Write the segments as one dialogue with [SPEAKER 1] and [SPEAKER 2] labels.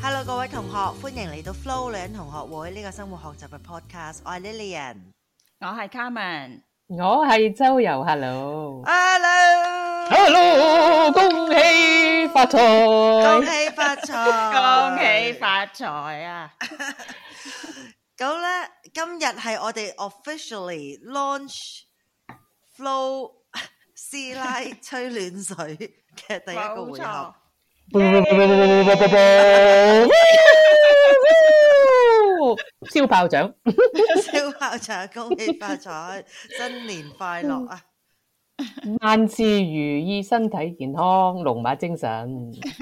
[SPEAKER 1] Hello，各位同學，歡迎嚟到 Flow 女人同學會呢、個生活學習嘅 podcast，我係 Lillian。
[SPEAKER 2] 我系 Carmen，
[SPEAKER 3] 我系周游，hello。
[SPEAKER 1] Hello，
[SPEAKER 3] Hello，恭喜發
[SPEAKER 1] 恭
[SPEAKER 3] 財。
[SPEAKER 1] 喜發財，
[SPEAKER 2] 恭喜！发财啊！
[SPEAKER 1] 咁咧，今日係我哋 officially launch Flow 師奶吹暖水嘅第一個
[SPEAKER 2] 冇
[SPEAKER 1] 回合
[SPEAKER 2] 错。，
[SPEAKER 3] 燒炮仗，
[SPEAKER 1] 小校長恭喜發財，新年快樂啊！
[SPEAKER 3] 萬事如意，身體健康，龍馬精神。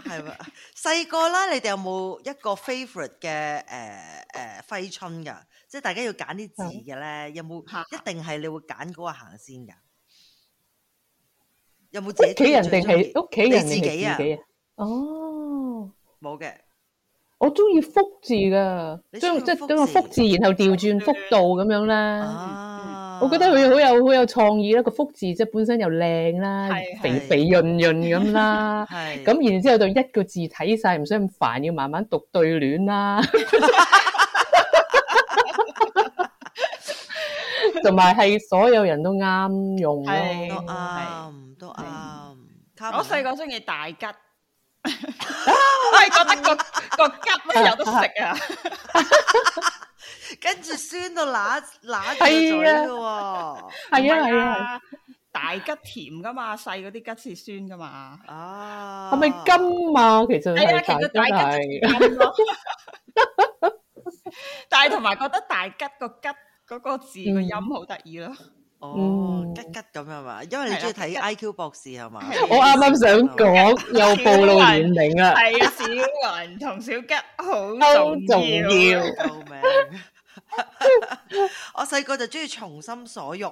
[SPEAKER 1] 係咪？細個啦，你哋有冇一個 favourite 嘅誒誒揮春㗎？即係大家要揀啲字嘅咧，有冇
[SPEAKER 2] 嚇
[SPEAKER 1] 一定係你會揀嗰個行先㗎？有冇自己
[SPEAKER 3] 屋企人
[SPEAKER 1] 最
[SPEAKER 3] 定
[SPEAKER 1] 鍾意
[SPEAKER 3] 係屋企人
[SPEAKER 1] 你
[SPEAKER 3] 定
[SPEAKER 1] 自己
[SPEAKER 3] 係
[SPEAKER 1] 啊
[SPEAKER 3] 自？己啊？哦，
[SPEAKER 1] 冇嘅，
[SPEAKER 3] 我中意福字噶
[SPEAKER 1] 你，鍾意
[SPEAKER 3] 將即
[SPEAKER 1] 福
[SPEAKER 3] 係將個
[SPEAKER 1] 字
[SPEAKER 3] 福字，然後調轉福道咁樣啦。
[SPEAKER 1] 啊，
[SPEAKER 3] 我覺得佢好有好有創意啦，個福字即係本身又靚啦
[SPEAKER 2] 係，
[SPEAKER 3] 肥
[SPEAKER 1] 係。
[SPEAKER 3] 肥潤潤咁啦
[SPEAKER 1] 係
[SPEAKER 3] 咁然之後就一個字睇晒，唔使咁煩，要慢慢讀對 聯啦。同埋係所有人都啱用咯。
[SPEAKER 2] 係
[SPEAKER 1] 都
[SPEAKER 2] 係
[SPEAKER 1] 啱，都啱。卡
[SPEAKER 2] 我
[SPEAKER 1] 文
[SPEAKER 2] 细个中意大吉，我系觉得个个吉都有得食啊！
[SPEAKER 1] 跟住酸 到揦揦住個嘴
[SPEAKER 3] 係
[SPEAKER 1] 㗎
[SPEAKER 3] 啊
[SPEAKER 1] 喎。
[SPEAKER 3] 係啊
[SPEAKER 2] 唔
[SPEAKER 3] 係
[SPEAKER 2] 係
[SPEAKER 3] 啊，，
[SPEAKER 2] 大吉甜噶嘛，細嗰啲吉是酸噶嘛。
[SPEAKER 1] 啊，
[SPEAKER 3] 係咪金啊？其實
[SPEAKER 2] 係啊，
[SPEAKER 3] 係
[SPEAKER 2] 其實
[SPEAKER 3] 大家
[SPEAKER 2] 大吉
[SPEAKER 3] 係
[SPEAKER 2] 就係金 咯。 但係同埋覺得大吉個吉嗰個字個音好得意咯。
[SPEAKER 1] 哦
[SPEAKER 3] 嗯，
[SPEAKER 1] 吉吉咁係嘛？因為你
[SPEAKER 2] 係啊
[SPEAKER 1] 中意睇
[SPEAKER 2] 吉吉
[SPEAKER 1] I Q 博士係嘛？
[SPEAKER 2] 係
[SPEAKER 3] 我啱啱想講又暴露年齡啦。
[SPEAKER 2] 係啊，小雲同小吉好
[SPEAKER 3] 好
[SPEAKER 2] 重
[SPEAKER 3] 重
[SPEAKER 2] 要。
[SPEAKER 3] 要
[SPEAKER 1] 哦救命！ 我細個就中意從心所欲，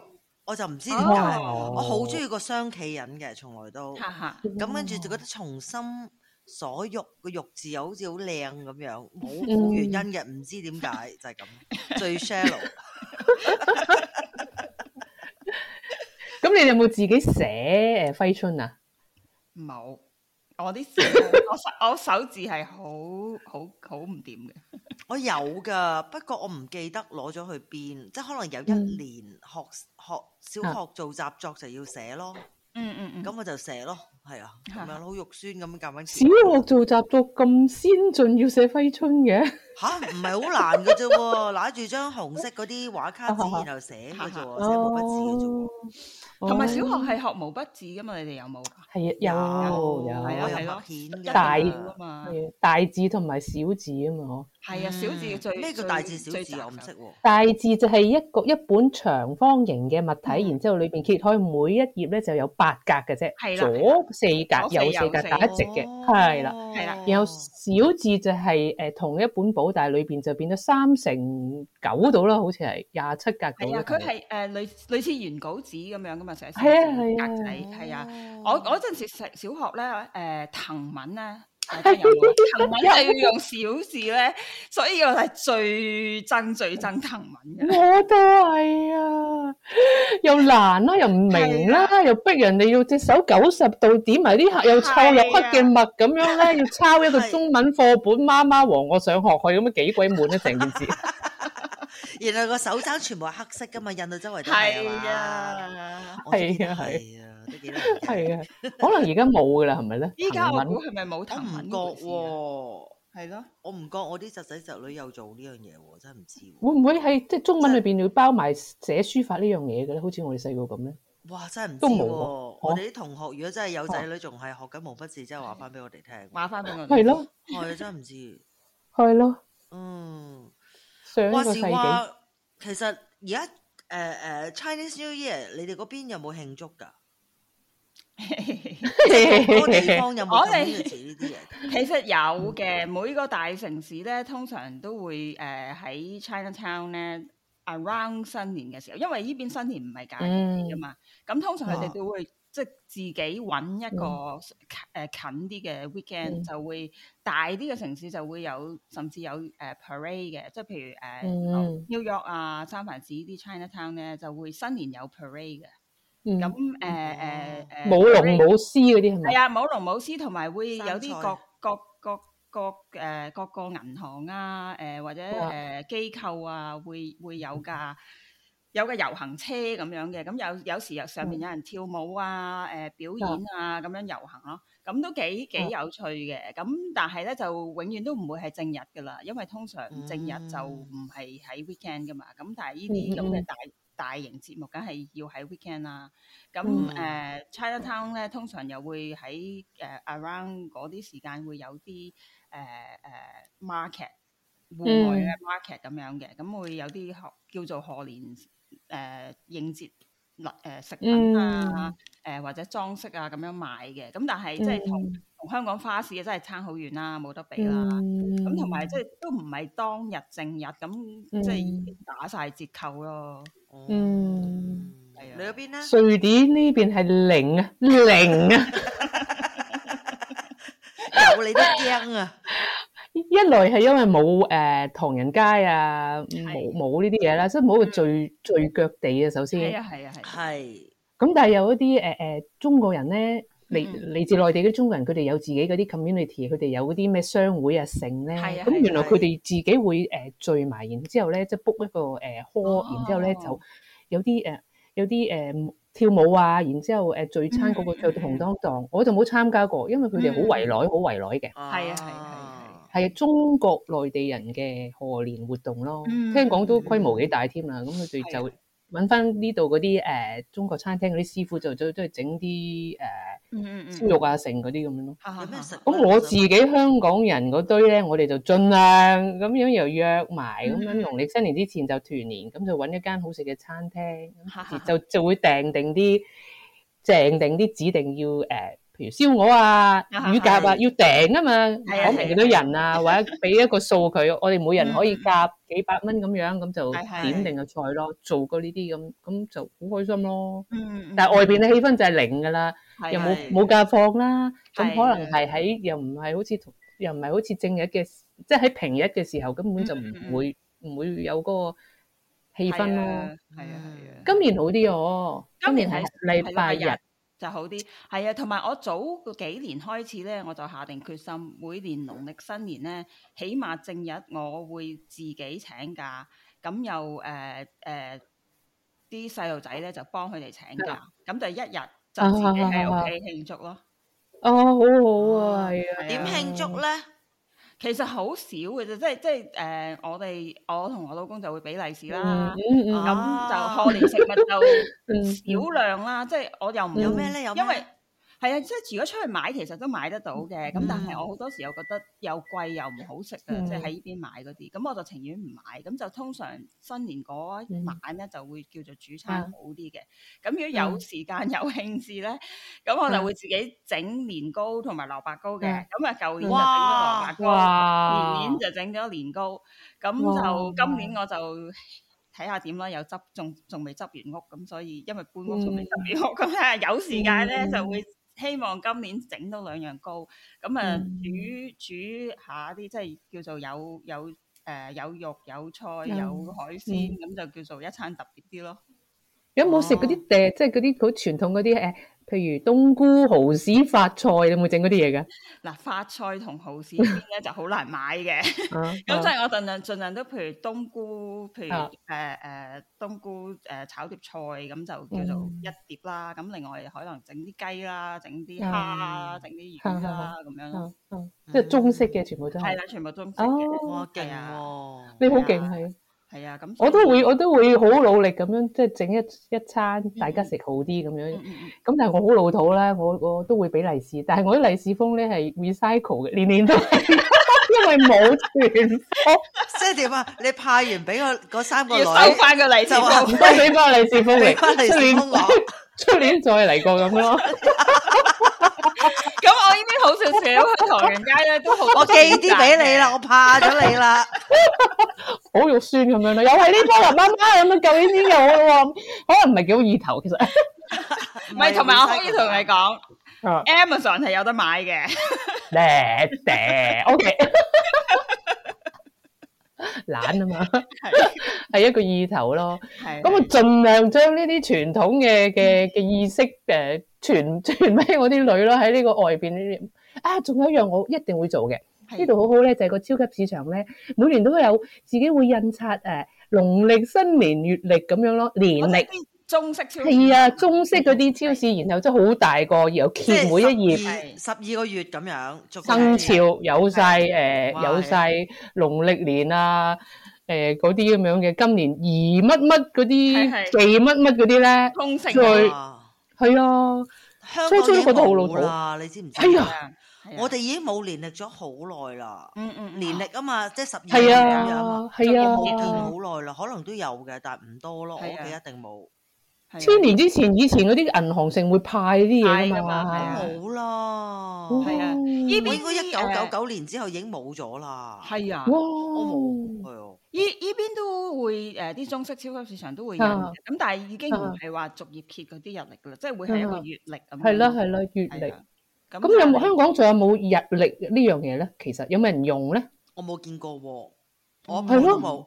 [SPEAKER 1] 我就唔知點解，
[SPEAKER 2] 哦
[SPEAKER 1] 我好中意個雙企人嘅，從來都
[SPEAKER 2] 哈哈
[SPEAKER 1] 咁跟住就覺得從心所欲個欲字又好似好靚咁樣，冇
[SPEAKER 3] 嗯
[SPEAKER 1] 冇原因嘅，唔知點解 就係咁，最 shallow
[SPEAKER 3] 咁你哋有冇自己寫誒揮春啊？
[SPEAKER 2] 冇，我啲手我手 我手字係好好好唔掂嘅。
[SPEAKER 1] 我有㗎，不過我唔記得攞咗去邊，即係可能有
[SPEAKER 3] 嗯
[SPEAKER 1] 一年學學小
[SPEAKER 3] 啊
[SPEAKER 1] 學做習作就要寫咯，
[SPEAKER 2] 嗯嗯嗯。
[SPEAKER 1] 咁我就寫咯，係啊，咁樣咯好肉酸咁夾
[SPEAKER 3] 小
[SPEAKER 1] 緊
[SPEAKER 3] 學做習作咁先進，要寫揮春嘅。
[SPEAKER 1] 吓，唔係好難嘅啫喎，揦住張紅色嗰啲畫卡紙，然後寫嘅啫喎，寫毛筆字嘅啫喎。
[SPEAKER 3] 哦
[SPEAKER 2] 同埋小學係學毛筆字噶嘛？你哋有冇㗎？
[SPEAKER 3] 係啊有
[SPEAKER 1] 有
[SPEAKER 2] 係
[SPEAKER 1] 我
[SPEAKER 2] 啊
[SPEAKER 1] 有
[SPEAKER 2] 係
[SPEAKER 3] 有
[SPEAKER 2] 咯
[SPEAKER 1] 默片嘅
[SPEAKER 3] 大
[SPEAKER 2] 啊嘛。
[SPEAKER 3] 係大字同埋小字啊嘛，嗬。
[SPEAKER 2] 係啊，小字最
[SPEAKER 1] 咩叫
[SPEAKER 2] 最
[SPEAKER 1] 大字小
[SPEAKER 2] 最
[SPEAKER 1] 字
[SPEAKER 2] 雜
[SPEAKER 1] 啊我唔
[SPEAKER 2] 手
[SPEAKER 1] 識喎。
[SPEAKER 3] 大字就係一個一本
[SPEAKER 2] 嗯
[SPEAKER 3] 長方形嘅物體，然之後裏邊揭開每一頁咧就有八格嘅啫，
[SPEAKER 2] 係啦
[SPEAKER 3] 左四格，
[SPEAKER 2] 有
[SPEAKER 3] 有
[SPEAKER 2] 四
[SPEAKER 3] 四格
[SPEAKER 2] 有四哦
[SPEAKER 3] 打一直嘅，
[SPEAKER 1] 哦
[SPEAKER 3] 係啦。
[SPEAKER 2] 係啦
[SPEAKER 3] 然後小字就係誒同一本簿，但係裏邊就變咗三成九到啦，好似係廿七格到
[SPEAKER 2] 係啊，
[SPEAKER 3] 啦。
[SPEAKER 2] 佢係誒類類似原稿紙咁樣噶嘛，寫成
[SPEAKER 3] 係啊係啊
[SPEAKER 2] 格仔係啊。我
[SPEAKER 1] 哦
[SPEAKER 2] 我嗰陣時小小學咧，誒、藤文咧， 誒都有嘅藤文就要用小字咧，所以我係最憎最憎藤文嘅。
[SPEAKER 3] 我都係啊，又難啦，又唔明啦，又逼人哋要隻手九十度點埋啲黑又臭又黑嘅墨咁樣咧，要抄一個
[SPEAKER 1] 係
[SPEAKER 3] 中文課本媽媽黃我上學去咁啊，幾鬼悶啊成件事。
[SPEAKER 1] 然後個手踭全部係黑色噶嘛，印到周圍都係
[SPEAKER 2] 係
[SPEAKER 1] 啊嘛。
[SPEAKER 2] 啊，
[SPEAKER 1] 我都記得
[SPEAKER 3] 係
[SPEAKER 1] 係
[SPEAKER 3] 啊係
[SPEAKER 1] 啊，都幾難記。
[SPEAKER 3] 係啊，可能而家冇噶啦，係咪咧？
[SPEAKER 2] 依家我
[SPEAKER 3] 文
[SPEAKER 2] 估係咪冇
[SPEAKER 1] 我
[SPEAKER 2] 藤文呢回事啊？
[SPEAKER 1] 唔
[SPEAKER 2] 係咯，
[SPEAKER 1] 覺喎，我唔覺我啲侄仔侄女有做呢樣嘢喎，真係唔知喎。
[SPEAKER 3] 會唔會喺即係中文裏邊要包埋寫書法呢樣嘢嘅咧？好似我哋細個咁咧，
[SPEAKER 1] 哇！真係唔知
[SPEAKER 3] 都冇
[SPEAKER 1] 喎，
[SPEAKER 3] 喎
[SPEAKER 1] 我哋啲同學如果真係有仔女仲係學緊毛筆字，真係話翻俾我哋聽。
[SPEAKER 2] 話翻俾我
[SPEAKER 3] 係
[SPEAKER 2] 哋。
[SPEAKER 3] 咯，
[SPEAKER 1] 我哋真係唔知。
[SPEAKER 3] 係咯，
[SPEAKER 1] 嗯，
[SPEAKER 3] 上一
[SPEAKER 1] 話
[SPEAKER 3] 個世
[SPEAKER 1] 時
[SPEAKER 3] 紀
[SPEAKER 1] 話，其實而家誒誒 Chinese New Year，你哋嗰邊有冇慶祝 㗎？嗰個地 方有冇
[SPEAKER 2] 我
[SPEAKER 1] 咁
[SPEAKER 2] 哋
[SPEAKER 1] 呢個字呢啲嘢？
[SPEAKER 2] 其實有嘅，每個大城市咧，通常都會誒呃喺、Chinatown 咧 around 新年嘅時候，因為呢邊新年唔係假期噶嘛，咁、通常佢
[SPEAKER 1] 啊
[SPEAKER 2] 哋都會即係自己揾一個誒、近啲嘅 weekend，、
[SPEAKER 3] 嗯
[SPEAKER 2] 就會大啲嘅城市就會有甚至有誒、parade 嘅，即係譬如誒、呃
[SPEAKER 3] 嗯
[SPEAKER 2] New York 啊、三藩市呢啲 Chinatown 咧，就會新年有 parade 嘅，
[SPEAKER 3] 嗯
[SPEAKER 2] 咁呃誒誒誒
[SPEAKER 3] 舞龍
[SPEAKER 2] parade
[SPEAKER 3] 舞獅嗰啲係咪
[SPEAKER 2] 係？啊，舞龍舞獅同埋會有
[SPEAKER 1] 生
[SPEAKER 2] 啲
[SPEAKER 1] 菜
[SPEAKER 2] 各各各各誒、各個銀行啊，誒、或者誒、
[SPEAKER 3] 哇
[SPEAKER 2] 機構啊，會會有架有架遊行車咁樣嘅，咁有有時又上
[SPEAKER 3] 嗯
[SPEAKER 2] 面有人跳舞啊，誒、表演啊咁樣遊行咯，咁都幾幾
[SPEAKER 3] 嗯
[SPEAKER 2] 有趣嘅。咁但係咧就永遠都唔會係正日噶啦，因為通常正日就
[SPEAKER 1] 嗯
[SPEAKER 2] 唔係喺 weekend 噶嘛。咁但係呢
[SPEAKER 3] 嗯
[SPEAKER 2] 啲
[SPEAKER 3] 嗯
[SPEAKER 2] 咁嘅
[SPEAKER 3] 嗯
[SPEAKER 2] 大大型節目，梗係要喺 weekend 啦、咁
[SPEAKER 1] 嗯
[SPEAKER 2] 誒、Chinatown 咧，通常又會喺誒、around 呃嗰啲時間會有啲誒誒呃 market 戶外嘅 market 咁樣嘅，咁會有啲學叫做賀年誒、應節禮誒、呃食品啊，誒、或者裝飾啊咁樣賣嘅，咁但係即係同同香港花市嘅真係差好遠啦，冇得
[SPEAKER 3] Ừ.
[SPEAKER 2] 比啦。
[SPEAKER 3] 嗯
[SPEAKER 2] 咁同埋即係都唔係當日正日，咁即係已經打晒折扣咯。
[SPEAKER 3] Ừ.
[SPEAKER 1] 哦
[SPEAKER 3] 嗯
[SPEAKER 2] 係啊
[SPEAKER 1] 你嗰邊咧？
[SPEAKER 3] 瑞典呢邊係零啊，零啊，
[SPEAKER 1] 有你都驚啊！
[SPEAKER 3] 一來係因為冇誒唐人街啊，冇冇呢啲嘢啦，即係冇一個聚聚腳地啊，首
[SPEAKER 2] 嗯係
[SPEAKER 3] 先。
[SPEAKER 2] 啊係啊係啊。
[SPEAKER 1] 係
[SPEAKER 3] 咁但係有一啲誒誒中國人咧，嚟
[SPEAKER 2] 嗯
[SPEAKER 3] 嚟自內地嗰啲中國人，佢哋有自己嗰啲 community，佢哋有嗰啲咩商會啊、城咧，
[SPEAKER 2] 係啊
[SPEAKER 3] 咁
[SPEAKER 2] 係啊
[SPEAKER 3] 原來
[SPEAKER 1] 係啊
[SPEAKER 3] 佢哋自己會誒聚埋，然之後咧即係 book 一個誒 hall，然之後咧
[SPEAKER 2] 哦
[SPEAKER 3] 就有啲誒有啲誒跳舞啊，然之後誒聚餐嗰個
[SPEAKER 2] 嗯
[SPEAKER 3] 叫紅當當，我就冇參加過，因為佢哋好
[SPEAKER 2] 嗯
[SPEAKER 3] 圍內，好圍內 嘅。
[SPEAKER 2] 係啊係
[SPEAKER 1] 啊
[SPEAKER 2] 啊
[SPEAKER 3] 係中國內地人嘅賀年活動咯，
[SPEAKER 2] 嗯
[SPEAKER 3] 聽講都規模幾大添啦。咁佢哋
[SPEAKER 2] 係啊
[SPEAKER 3] 就揾翻呢度嗰啲誒中國餐廳嗰啲師傅，就都都係整啲
[SPEAKER 2] 嗯嗯嗯
[SPEAKER 3] 誒燒肉啊、剩嗰啲咁樣咯。
[SPEAKER 2] 啊
[SPEAKER 1] 有咩
[SPEAKER 2] 啊
[SPEAKER 1] 食
[SPEAKER 2] 啊
[SPEAKER 1] 呢？
[SPEAKER 3] 咁我自己香港人嗰堆咧，我哋就盡量咁樣又約埋，咁
[SPEAKER 2] 嗯
[SPEAKER 3] 樣農曆新年之前就團年，咁就揾一間好食嘅餐廳，
[SPEAKER 2] 哈哈
[SPEAKER 3] 咁就 就會訂定啲訂定啲指定要誒。譬如燒鵝啊、
[SPEAKER 2] 哈
[SPEAKER 3] 乳鴿啊，要訂啊嘛，
[SPEAKER 2] 係啊
[SPEAKER 3] 講明幾多人啊，或者俾一個數佢，我哋每人可以夾幾百蚊咁樣，咁就
[SPEAKER 2] 係係
[SPEAKER 3] 點定個菜咯，做過呢啲咁，咁就好開心咯。
[SPEAKER 2] 嗯，
[SPEAKER 3] 但係外邊嘅氣氛就係零㗎啦。
[SPEAKER 2] 係
[SPEAKER 3] 又
[SPEAKER 2] 啊
[SPEAKER 3] 冇
[SPEAKER 1] 係
[SPEAKER 3] 冇假放啦，咁
[SPEAKER 2] 係
[SPEAKER 3] 可能係喺又唔係好似同又唔係好似正日嘅，即係喺平日嘅時候根本就
[SPEAKER 2] 嗯嗯
[SPEAKER 3] 唔
[SPEAKER 2] 嗯
[SPEAKER 3] 會唔會有嗰個氣氛咯。，
[SPEAKER 2] 係啊係啊。
[SPEAKER 3] 今年好啲哦，今年係禮拜
[SPEAKER 2] 係禮拜
[SPEAKER 3] 日
[SPEAKER 2] 日，就好啲，係啊，同埋我早嗰幾年開始咧，我就下定決心，每年農曆新年咧，起碼正日我會自己請假，咁又誒誒啲細路仔咧就幫佢哋請假，咁就一日就自己喺屋企慶祝咯。
[SPEAKER 3] 哦，好好啊，係啊，
[SPEAKER 1] 點慶祝咧？
[SPEAKER 2] 其實好少嘅啫，即係即係誒、我哋我同我老公就會俾利是啦。
[SPEAKER 3] 嗯嗯
[SPEAKER 2] 咁就
[SPEAKER 1] 啊
[SPEAKER 2] 賀年食物
[SPEAKER 3] 嗯
[SPEAKER 2] 就少量啦，即係我又唔
[SPEAKER 1] 有咩咧？有咩
[SPEAKER 2] 因為係啊，即係如果出去買其實都買得到嘅，咁但係我好多時又覺得又貴又唔好食啊，
[SPEAKER 3] 嗯
[SPEAKER 2] 即係喺呢邊買嗰啲，咁我就情願唔買，咁就通常新年嗰一晚咧就會叫做煮餐好啲嘅，咁如果有時間有興致咧，咁我就會自己整年糕同埋蘿蔔糕嘅
[SPEAKER 3] 嗯，
[SPEAKER 2] 咁啊舊年就整咗
[SPEAKER 1] 哇
[SPEAKER 2] 蘿蔔糕。年年就整咗年糕，咁就
[SPEAKER 3] 哇
[SPEAKER 2] 今年我就睇下點啦，有執仲仲未執完屋，咁所以因為搬屋仲未執完屋，咁睇下有時間咧
[SPEAKER 3] 嗯
[SPEAKER 2] 就會希望今年整到兩樣糕，咁啊
[SPEAKER 3] 嗯
[SPEAKER 2] 煮煮下啲即係叫做有有。誒、有肉有菜
[SPEAKER 3] 嗯
[SPEAKER 2] 有海鮮，咁、就叫做一餐特別啲咯。
[SPEAKER 3] 有冇食嗰啲誒，即係嗰啲好傳統嗰啲誒，譬如冬菇、蠔豉、發菜，你有冇整嗰啲嘢㗎？
[SPEAKER 2] 嗱，發菜同蠔豉呢邊咧就好難買嘅。
[SPEAKER 3] 啊
[SPEAKER 2] 咁所
[SPEAKER 3] 啊
[SPEAKER 2] 以我盡量盡量都譬如冬菇，譬如誒
[SPEAKER 3] 啊
[SPEAKER 2] 誒、呃冬菇誒、呃炒碟菜咁就叫做
[SPEAKER 3] 嗯
[SPEAKER 2] 一碟啦。咁另外可能整啲雞啦，整啲蝦
[SPEAKER 3] 嗯
[SPEAKER 2] 啦，整啲魚啦咁樣咯。
[SPEAKER 3] 啊啊即係中式嘅全部都
[SPEAKER 2] 係
[SPEAKER 3] 係。
[SPEAKER 2] 啦，全部中式嘅。
[SPEAKER 3] 哦
[SPEAKER 1] 哇，勁
[SPEAKER 2] 係啊
[SPEAKER 1] 喎！
[SPEAKER 3] 你好
[SPEAKER 2] 係
[SPEAKER 3] 勁
[SPEAKER 2] 啊
[SPEAKER 3] 係，
[SPEAKER 2] 係啊，咁
[SPEAKER 3] 我
[SPEAKER 2] 所以
[SPEAKER 3] 都會我都會好努力咁樣，即係整一一餐大家食好啲咁樣
[SPEAKER 2] 嗯。嗯嗯
[SPEAKER 3] 咁但係我好老土啦，我我都會俾利是，但係我啲利是封咧係 recycle 嘅，年年都係，因為冇存封，
[SPEAKER 1] 即係點啊？你派完俾我嗰三個
[SPEAKER 2] 要
[SPEAKER 1] 女
[SPEAKER 2] 收，翻個利是
[SPEAKER 1] 就話
[SPEAKER 2] 封
[SPEAKER 3] 唔該俾翻利是封
[SPEAKER 1] 俾
[SPEAKER 3] 嚟，
[SPEAKER 1] 翻利
[SPEAKER 3] 出
[SPEAKER 1] 是
[SPEAKER 3] 年
[SPEAKER 1] 封我，
[SPEAKER 3] 出年再嚟過咁咯。
[SPEAKER 2] 咁我呢邊好少少喺唐人街咧都好多
[SPEAKER 1] 我寄啲俾你啦，
[SPEAKER 2] 選擇嘅
[SPEAKER 1] 我。怕咗你啦。
[SPEAKER 3] 好肉酸咁樣咯，又係呢波啦，媽媽咁樣舊年先有啊喎，可能唔係幾好意頭其實。
[SPEAKER 2] 唔係，同埋我可以同你講
[SPEAKER 3] 啊
[SPEAKER 2] ，Amazon 係有得買嘅。
[SPEAKER 3] 咧嗲，OK，懶啊嘛， 係一個意頭咯。
[SPEAKER 2] 係
[SPEAKER 3] 咁我盡量將呢啲傳統嘅嘅嘅意識誒傳 傳俾我啲女咯，喺呢個外邊呢啲。啊，仲有一樣我一定會做嘅，
[SPEAKER 2] 係
[SPEAKER 3] 呢度好好咧，就係個超級市場咧，每年都有自己會印刷誒農曆新年月曆咁樣咯，年
[SPEAKER 2] 我
[SPEAKER 3] 曆
[SPEAKER 2] 哋。啲中式超市
[SPEAKER 3] 係啊，中式嗰啲超市，然後真係好大個，又
[SPEAKER 1] 即係
[SPEAKER 3] 揭每一頁
[SPEAKER 2] 係
[SPEAKER 1] 十二十二個月咁樣，逐個
[SPEAKER 3] 生
[SPEAKER 1] 月
[SPEAKER 3] 肖有晒誒，
[SPEAKER 1] 哇
[SPEAKER 3] 有晒農曆年啊，誒嗰啲咁樣嘅，今年宜乜乜嗰啲，
[SPEAKER 2] 係係
[SPEAKER 3] 忌乜乜嗰啲咧，
[SPEAKER 2] 通食
[SPEAKER 3] 再
[SPEAKER 2] 嘅
[SPEAKER 1] 哇
[SPEAKER 3] 係啊，
[SPEAKER 1] 香
[SPEAKER 3] 所以
[SPEAKER 1] 港
[SPEAKER 3] 所
[SPEAKER 1] 已
[SPEAKER 3] 以覺
[SPEAKER 1] 經
[SPEAKER 3] 得好老
[SPEAKER 1] 冇
[SPEAKER 3] 土
[SPEAKER 1] 啦，你知唔知？
[SPEAKER 3] 哎呀
[SPEAKER 2] 係啊係啊
[SPEAKER 1] 我哋已經冇年歷咗好耐啦，
[SPEAKER 2] 嗯嗯
[SPEAKER 1] 年歷啊嘛，即係十二
[SPEAKER 3] 係
[SPEAKER 1] 年咁樣嘛
[SPEAKER 3] 啊，，係
[SPEAKER 1] 冇見
[SPEAKER 3] 啊，
[SPEAKER 1] 好耐啦，可能都有嘅，但唔多咯，我
[SPEAKER 2] 係
[SPEAKER 1] 屋
[SPEAKER 2] 啊
[SPEAKER 1] 企一定冇，
[SPEAKER 2] 嗯
[SPEAKER 3] 千年之前以前嗰啲銀行城會派啲嘢
[SPEAKER 2] 派㗎
[SPEAKER 3] 㗎
[SPEAKER 2] 嘛係啊
[SPEAKER 3] 嘛，
[SPEAKER 1] 冇啦。
[SPEAKER 3] 哦
[SPEAKER 2] 係啊呢邊
[SPEAKER 1] 我應該一九九
[SPEAKER 2] 啲
[SPEAKER 1] 九年之後已經冇咗啦。
[SPEAKER 2] 係啊，
[SPEAKER 3] 哇，
[SPEAKER 1] 我冇，係啊，
[SPEAKER 2] 依依邊都會誒啲中式超級市場都會有
[SPEAKER 3] 啊
[SPEAKER 2] 嘅，咁但係已經唔
[SPEAKER 3] 啊
[SPEAKER 2] 係話逐頁揭嗰啲日曆噶啦，即係會係一個
[SPEAKER 3] 啊
[SPEAKER 2] 月曆咁樣。
[SPEAKER 3] 係啦係啦，月
[SPEAKER 2] 係
[SPEAKER 3] 曆
[SPEAKER 2] 啊，。咁
[SPEAKER 3] 咁有
[SPEAKER 2] 但
[SPEAKER 3] 冇
[SPEAKER 2] 係
[SPEAKER 3] 香港仲有冇日曆呢樣嘢咧？其實有冇人用咧？
[SPEAKER 1] 我冇見過喎，我
[SPEAKER 3] 哦係咯
[SPEAKER 1] 都冇。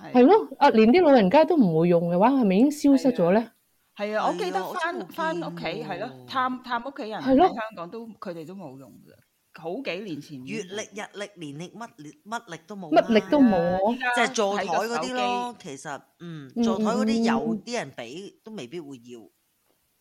[SPEAKER 2] 係
[SPEAKER 3] 係咯，啊，連啲老人家都唔會用嘅話，係咪已經消失咗咧？
[SPEAKER 2] 係啊，我記
[SPEAKER 1] 係啊
[SPEAKER 2] 得
[SPEAKER 1] 我真係
[SPEAKER 2] 翻
[SPEAKER 1] 冇
[SPEAKER 2] 翻
[SPEAKER 1] 見
[SPEAKER 2] 屋企係咯
[SPEAKER 1] 喎，
[SPEAKER 2] 探探屋企人
[SPEAKER 3] 係咯
[SPEAKER 2] 喺香港都佢哋都冇用噶啦，好幾年前
[SPEAKER 1] 月曆、日曆、年曆乜年乜曆都冇，
[SPEAKER 3] 乜力都冇啊，
[SPEAKER 1] 哦即係坐台嗰啲咯，，其實嗯，
[SPEAKER 3] 嗯
[SPEAKER 1] 坐台嗰啲
[SPEAKER 3] 嗯
[SPEAKER 1] 有
[SPEAKER 3] 嗯
[SPEAKER 1] 啲人俾都未必會要，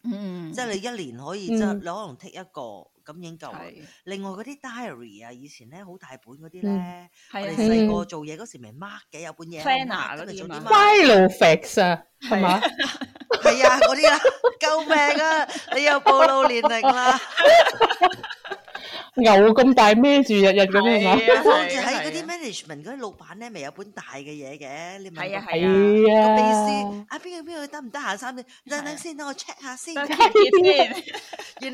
[SPEAKER 2] 嗯，
[SPEAKER 1] 即係你一年可以即
[SPEAKER 3] 嗯
[SPEAKER 1] 係你可能剔一個咁已經夠啦。
[SPEAKER 2] 係
[SPEAKER 1] 另外嗰啲 diary 啊，以前咧好大本嗰啲咧
[SPEAKER 3] 嗯，
[SPEAKER 1] 我哋
[SPEAKER 2] 係啊
[SPEAKER 3] 嗯
[SPEAKER 1] 細個做嘢嗰時咪 mark 嘅，有本嘢
[SPEAKER 2] Planner
[SPEAKER 1] 跟住
[SPEAKER 2] 嗰啲
[SPEAKER 1] 做
[SPEAKER 2] 啊
[SPEAKER 1] 啲
[SPEAKER 2] 嘛
[SPEAKER 1] mark，
[SPEAKER 3] Filofax 啊，係嘛？
[SPEAKER 1] 係啊嗰啲啦，救命啊！你又暴露年齡啦，
[SPEAKER 3] 牛咁大孭住日日咁係嘛？
[SPEAKER 2] 係
[SPEAKER 1] 跟
[SPEAKER 2] 啊
[SPEAKER 1] 住喺
[SPEAKER 2] 係啊
[SPEAKER 1] 嗰啲 management 嗰啲老闆咧，咪有本大嘅嘢嘅，你問
[SPEAKER 2] 係啊
[SPEAKER 1] 個
[SPEAKER 2] 係啊，
[SPEAKER 3] 係
[SPEAKER 1] 個秘
[SPEAKER 3] 啊
[SPEAKER 1] 書，啊邊個邊個得唔得閒三點？等等先，等我 check 下先。
[SPEAKER 2] 得貼 先